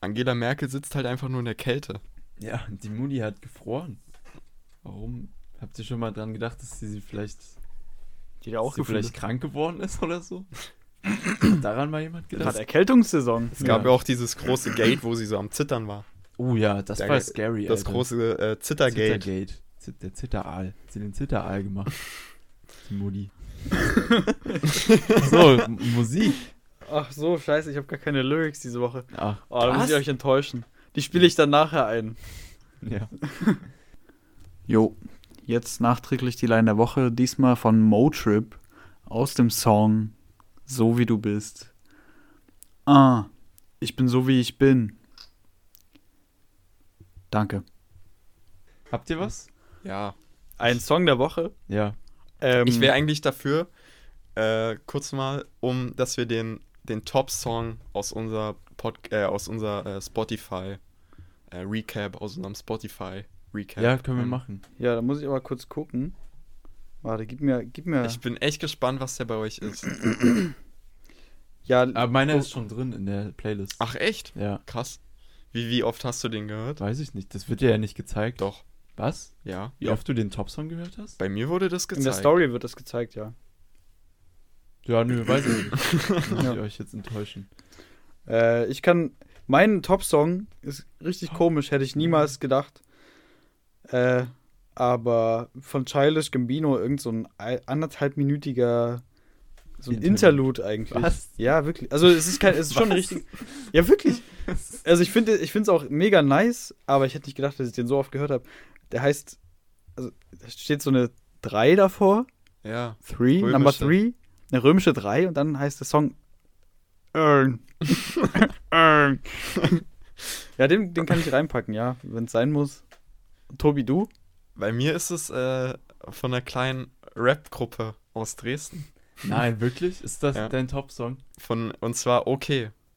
C: Angela Merkel sitzt halt einfach nur in der Kälte.
A: Ja, die Muni hat gefroren. Warum? Habt ihr schon mal dran gedacht, dass sie sie vielleicht,
B: Die hat ja
A: dass
B: auch
A: sie
B: Gefühle.
A: vielleicht krank geworden ist oder so? Hat daran mal jemand
B: Hat
A: gedacht?
B: Erkältungssaison.
C: Es gab
A: Ja.
C: ja auch dieses große Gate, wo sie so am Zittern war.
A: Oh ja, das
C: Der-
A: war scary.
C: Das
A: Alter.
C: große äh, Zittergate.
A: Zittergate. Zit- Der Zitteraal. Hat sie den Zitteraal gemacht. Die Mutti. so, M- Musik.
B: Ach so, scheiße, ich habe gar keine Lyrics diese Woche.
A: Ach,
B: Oh, da muss
A: was?
B: ich euch enttäuschen. Die spiele ich dann nachher ein.
A: Ja.
B: Jo, jetzt nachträglich die Line der Woche, diesmal von Motrip aus dem Song So wie du bist. Ah, ich bin so wie ich bin. Danke.
A: Habt ihr was?
C: Ja.
B: Ein Song der Woche.
A: Ja.
B: Ähm,
C: Ich wäre eigentlich dafür, äh, kurz mal, um, dass wir den, den Top-Song aus unserer, Pod äh, aus unserer äh, Spotify äh, Recap, aus unserem Spotify Recap.
A: Ja, können wir
C: Ähm,
A: machen.
B: ja, da muss ich aber kurz gucken. Warte, gib mir, gib mir.
C: Ich bin echt gespannt, was der bei euch ist.
B: ja,
A: Aber meiner
B: oh,
A: ist schon drin in der Playlist.
C: Ach, echt?
A: Ja.
C: Krass. Wie, wie oft hast du den gehört?
A: Weiß ich nicht. Das wird dir ja nicht gezeigt.
C: Doch,
A: Was?
C: ja.
A: Wie oft du den Top-Song gehört hast?
C: Bei mir wurde das
B: in der
C: gezeigt.
B: Story wird das gezeigt, ja.
A: Ja, nö, weiß ich nicht. Muss ich
B: Ja.
A: euch jetzt enttäuschen.
B: Äh, ich kann. Mein Top-Song ist richtig
A: Oh.
B: komisch, hätte ich niemals gedacht. Äh, aber von Childish Gambino irgend so ein ei- anderthalbminütiger so ein
A: Interlude.
B: Interlude eigentlich.
A: Was?
B: Ja, wirklich. Also es ist kein, es ist schon
A: Was?
B: richtig. Ja, wirklich. Also ich finde, ich finde es auch mega nice, aber ich hätte nicht gedacht, dass ich den so oft gehört habe. Der heißt, also da steht so eine 3 davor,
C: Ja.
B: 3, Number
C: Römische.
B: 3, eine römische 3 und dann heißt der Song Earn. Earn. ja, den, den kann ich reinpacken, ja, wenn es sein muss. Tobi, du?
C: Bei mir ist es äh, von einer kleinen Rap-Gruppe aus Dresden.
A: Nein, wirklich? Ist das
C: Ja.
A: dein Top-Song?
C: Von, und zwar OK,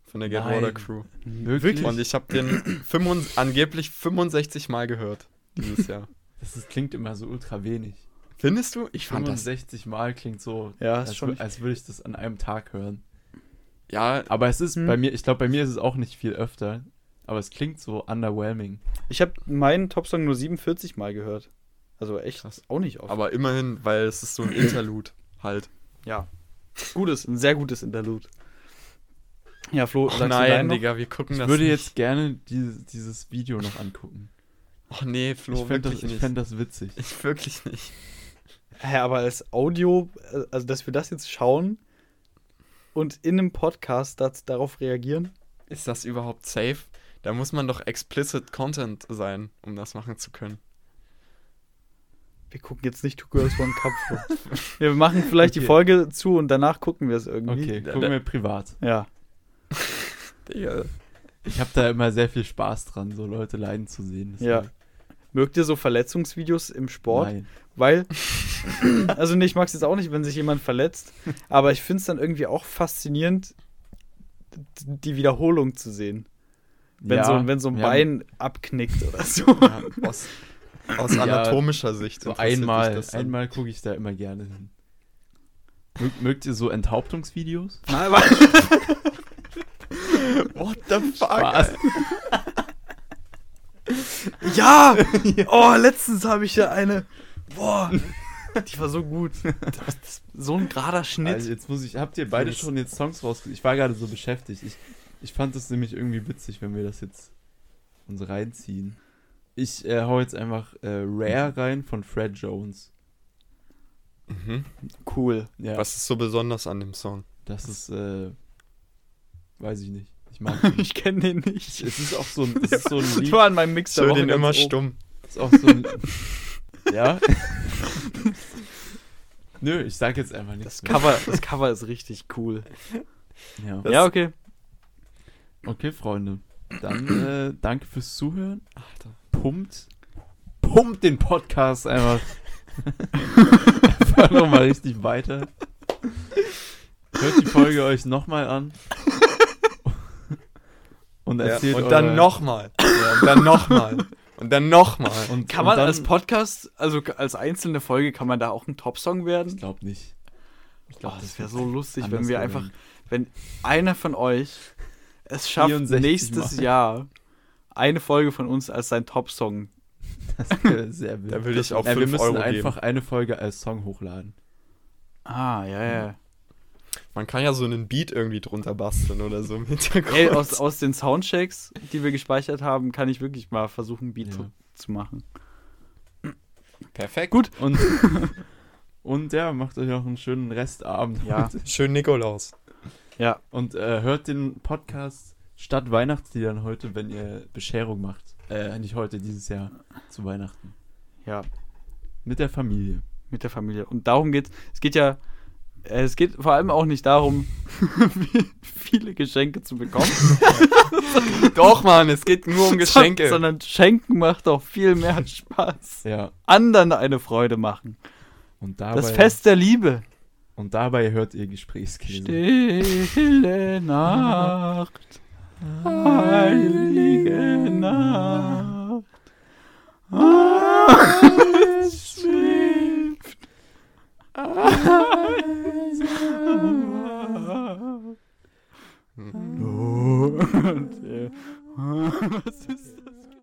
C: von der Get
A: Nein.
C: Water Crew.
A: Mhm. Wirklich?
C: Und ich habe den 65, angeblich 65 Mal gehört dieses Jahr.
A: Das ist, klingt immer so ultra wenig.
C: Findest du? Ich fand das.
A: 65 Mal klingt so,
B: Ja, ist
A: als,
B: schon.
A: wür- als würde ich das an einem Tag hören.
C: Ja,
A: Aber es ist
B: Hm.
A: bei mir, ich glaube, bei mir ist es auch nicht viel öfter. Aber es klingt so underwhelming.
B: Ich habe meinen Top-Song nur 47 Mal gehört. Also echt
C: Krass.
B: auch nicht oft.
C: Aber immerhin, weil es ist so ein Interlude halt.
B: ja. Gutes, ein sehr gutes Interlude. Ja, Flo,
C: Och
B: sagst du
C: nein,
B: deinen noch?
C: Digga, wir gucken
A: Ich
C: das
A: würde
C: nicht.
A: jetzt gerne dieses, dieses Video noch angucken.
C: Och Oh, nee, Flo,
A: ich fände das,
C: wirklich
A: ich
C: nicht.
A: fänd das witzig.
C: Ich wirklich nicht.
B: Hä, aber als Audio, äh, also dass wir das jetzt schauen und in einem Podcast das, darauf reagieren.
C: Ist das überhaupt safe? Da muss man doch explicit Content sein, um das machen zu können.
B: Wir gucken jetzt nicht Two Girls One Cup. Flo. wir machen vielleicht die
A: Okay.
B: Folge zu und danach gucken wir es irgendwie.
A: Okay,
C: Da-
A: gucken
C: da-
A: wir privat.
B: Ja.
C: Digga.
A: Ich habe da immer sehr viel Spaß dran, so Leute leiden zu sehen. Das
B: Ja.
A: mag-
B: Mögt ihr so Verletzungsvideos im Sport?
A: Nein.
B: Weil, also nee, ich mag es jetzt auch nicht, wenn sich jemand verletzt, aber ich finde es dann irgendwie auch faszinierend, d- die Wiederholung zu sehen. Wenn,
A: Ja,
B: so, wenn so ein
A: wir haben
B: Bein abknickt oder so.
C: Ja, aus, aus
A: Ja,
C: anatomischer Sicht.
A: So
C: interessiert dich
A: einmal,
C: das dann.
A: einmal gucke ich da immer gerne hin. Mögt, mögt ihr so Enthauptungsvideos?
B: Nein, aber
C: What the
B: Ah,
C: fuck?
A: Was?
B: Ja! Oh, letztens habe ich ja eine. Boah, die war so gut. Das ist so ein gerader Schnitt.
A: Also jetzt muss ich, habt ihr beide
B: Jetzt-
A: schon jetzt Songs raus? Ich war gerade so beschäftigt. Ich, ich fand es nämlich irgendwie witzig, wenn wir das jetzt uns reinziehen. Ich äh, hau jetzt einfach äh, Rare rein von Fred Jones.
C: Mhm.
B: cool.
A: Ja,
C: Was ist so besonders an dem Song?
A: das ist, äh, weiß ich nicht. Ich mag
B: Ich kenne den nicht.
A: es ist auch so ein, es ist so ein
B: Ich
A: Lied,
B: war an meinem Mix
C: Ich höre den immer stumm.
A: es ist auch so ein, ja. Nö, ich sag jetzt einfach nichts.
B: Das Cover, das Cover ist richtig cool.
A: mehr. Ja.
B: ja, okay.
A: Okay, Freunde. Dann äh, danke fürs Zuhören.
C: Alter.
A: Pumpt. Pumpt den Podcast einfach. einfach nochmal richtig weiter. Hört die Folge euch nochmal an. Und
C: Ja.
A: erzählt
C: Und dann
A: eurer-
C: nochmal. Ja, und dann nochmal. Und dann nochmal.
A: Und,
B: Kann
A: und
B: man
A: dann,
B: als Podcast, also als einzelne Folge, kann man da auch ein Top-Song
A: Ich
B: werden?
A: glaube nicht. Ich
C: Ah,
B: Oh, das wäre so lustig, wenn
A: anders
B: wir
A: werden.
B: einfach, wenn einer von euch es schafft,
A: 64
B: nächstes
A: Mal.
B: Jahr eine Folge von uns als sein Top-Song.
A: Das wär sehr wild.
C: Da würde ich auch
A: Nein, wir
C: 5
A: müssen
C: Euro
A: einfach
C: geben.
A: eine Folge als Song hochladen.
B: Ah, ja, ja.
C: Man kann ja so einen Beat irgendwie drunter basteln oder so im
A: Oh
C: Hintergrund.
B: Ey, aus, aus den Soundchecks, die wir gespeichert haben, kann ich wirklich mal versuchen, ein Beat
A: Ja.
B: zu, zu machen.
C: Perfekt.
B: Gut.
A: Und, und ja, macht euch noch einen schönen Restabend.
B: Ja.
C: Schön Nikolaus.
B: Ja,
A: Und äh, hört den Podcast statt Weihnachtsliedern heute, wenn ihr Bescherung macht. Äh, nicht heute, dieses Jahr zu Weihnachten.
B: ja,
A: Mit der Familie.
B: mit der Familie. Und darum geht's. Es geht ja, äh, es geht vor allem auch nicht darum, wie viele Geschenke zu bekommen,
C: Doch, Mann, es geht nur um Geschenke.
B: sondern Schenken macht auch viel mehr Spaß.
A: Ja.
B: Anderen eine Freude machen.
A: Und dabei,
B: Das Fest der Liebe.
A: Und dabei hört ihr Gesprächskäse.
B: Stille Nacht, heilige Nacht. Alles schläft. Alles erwacht. Und, äh, Was ist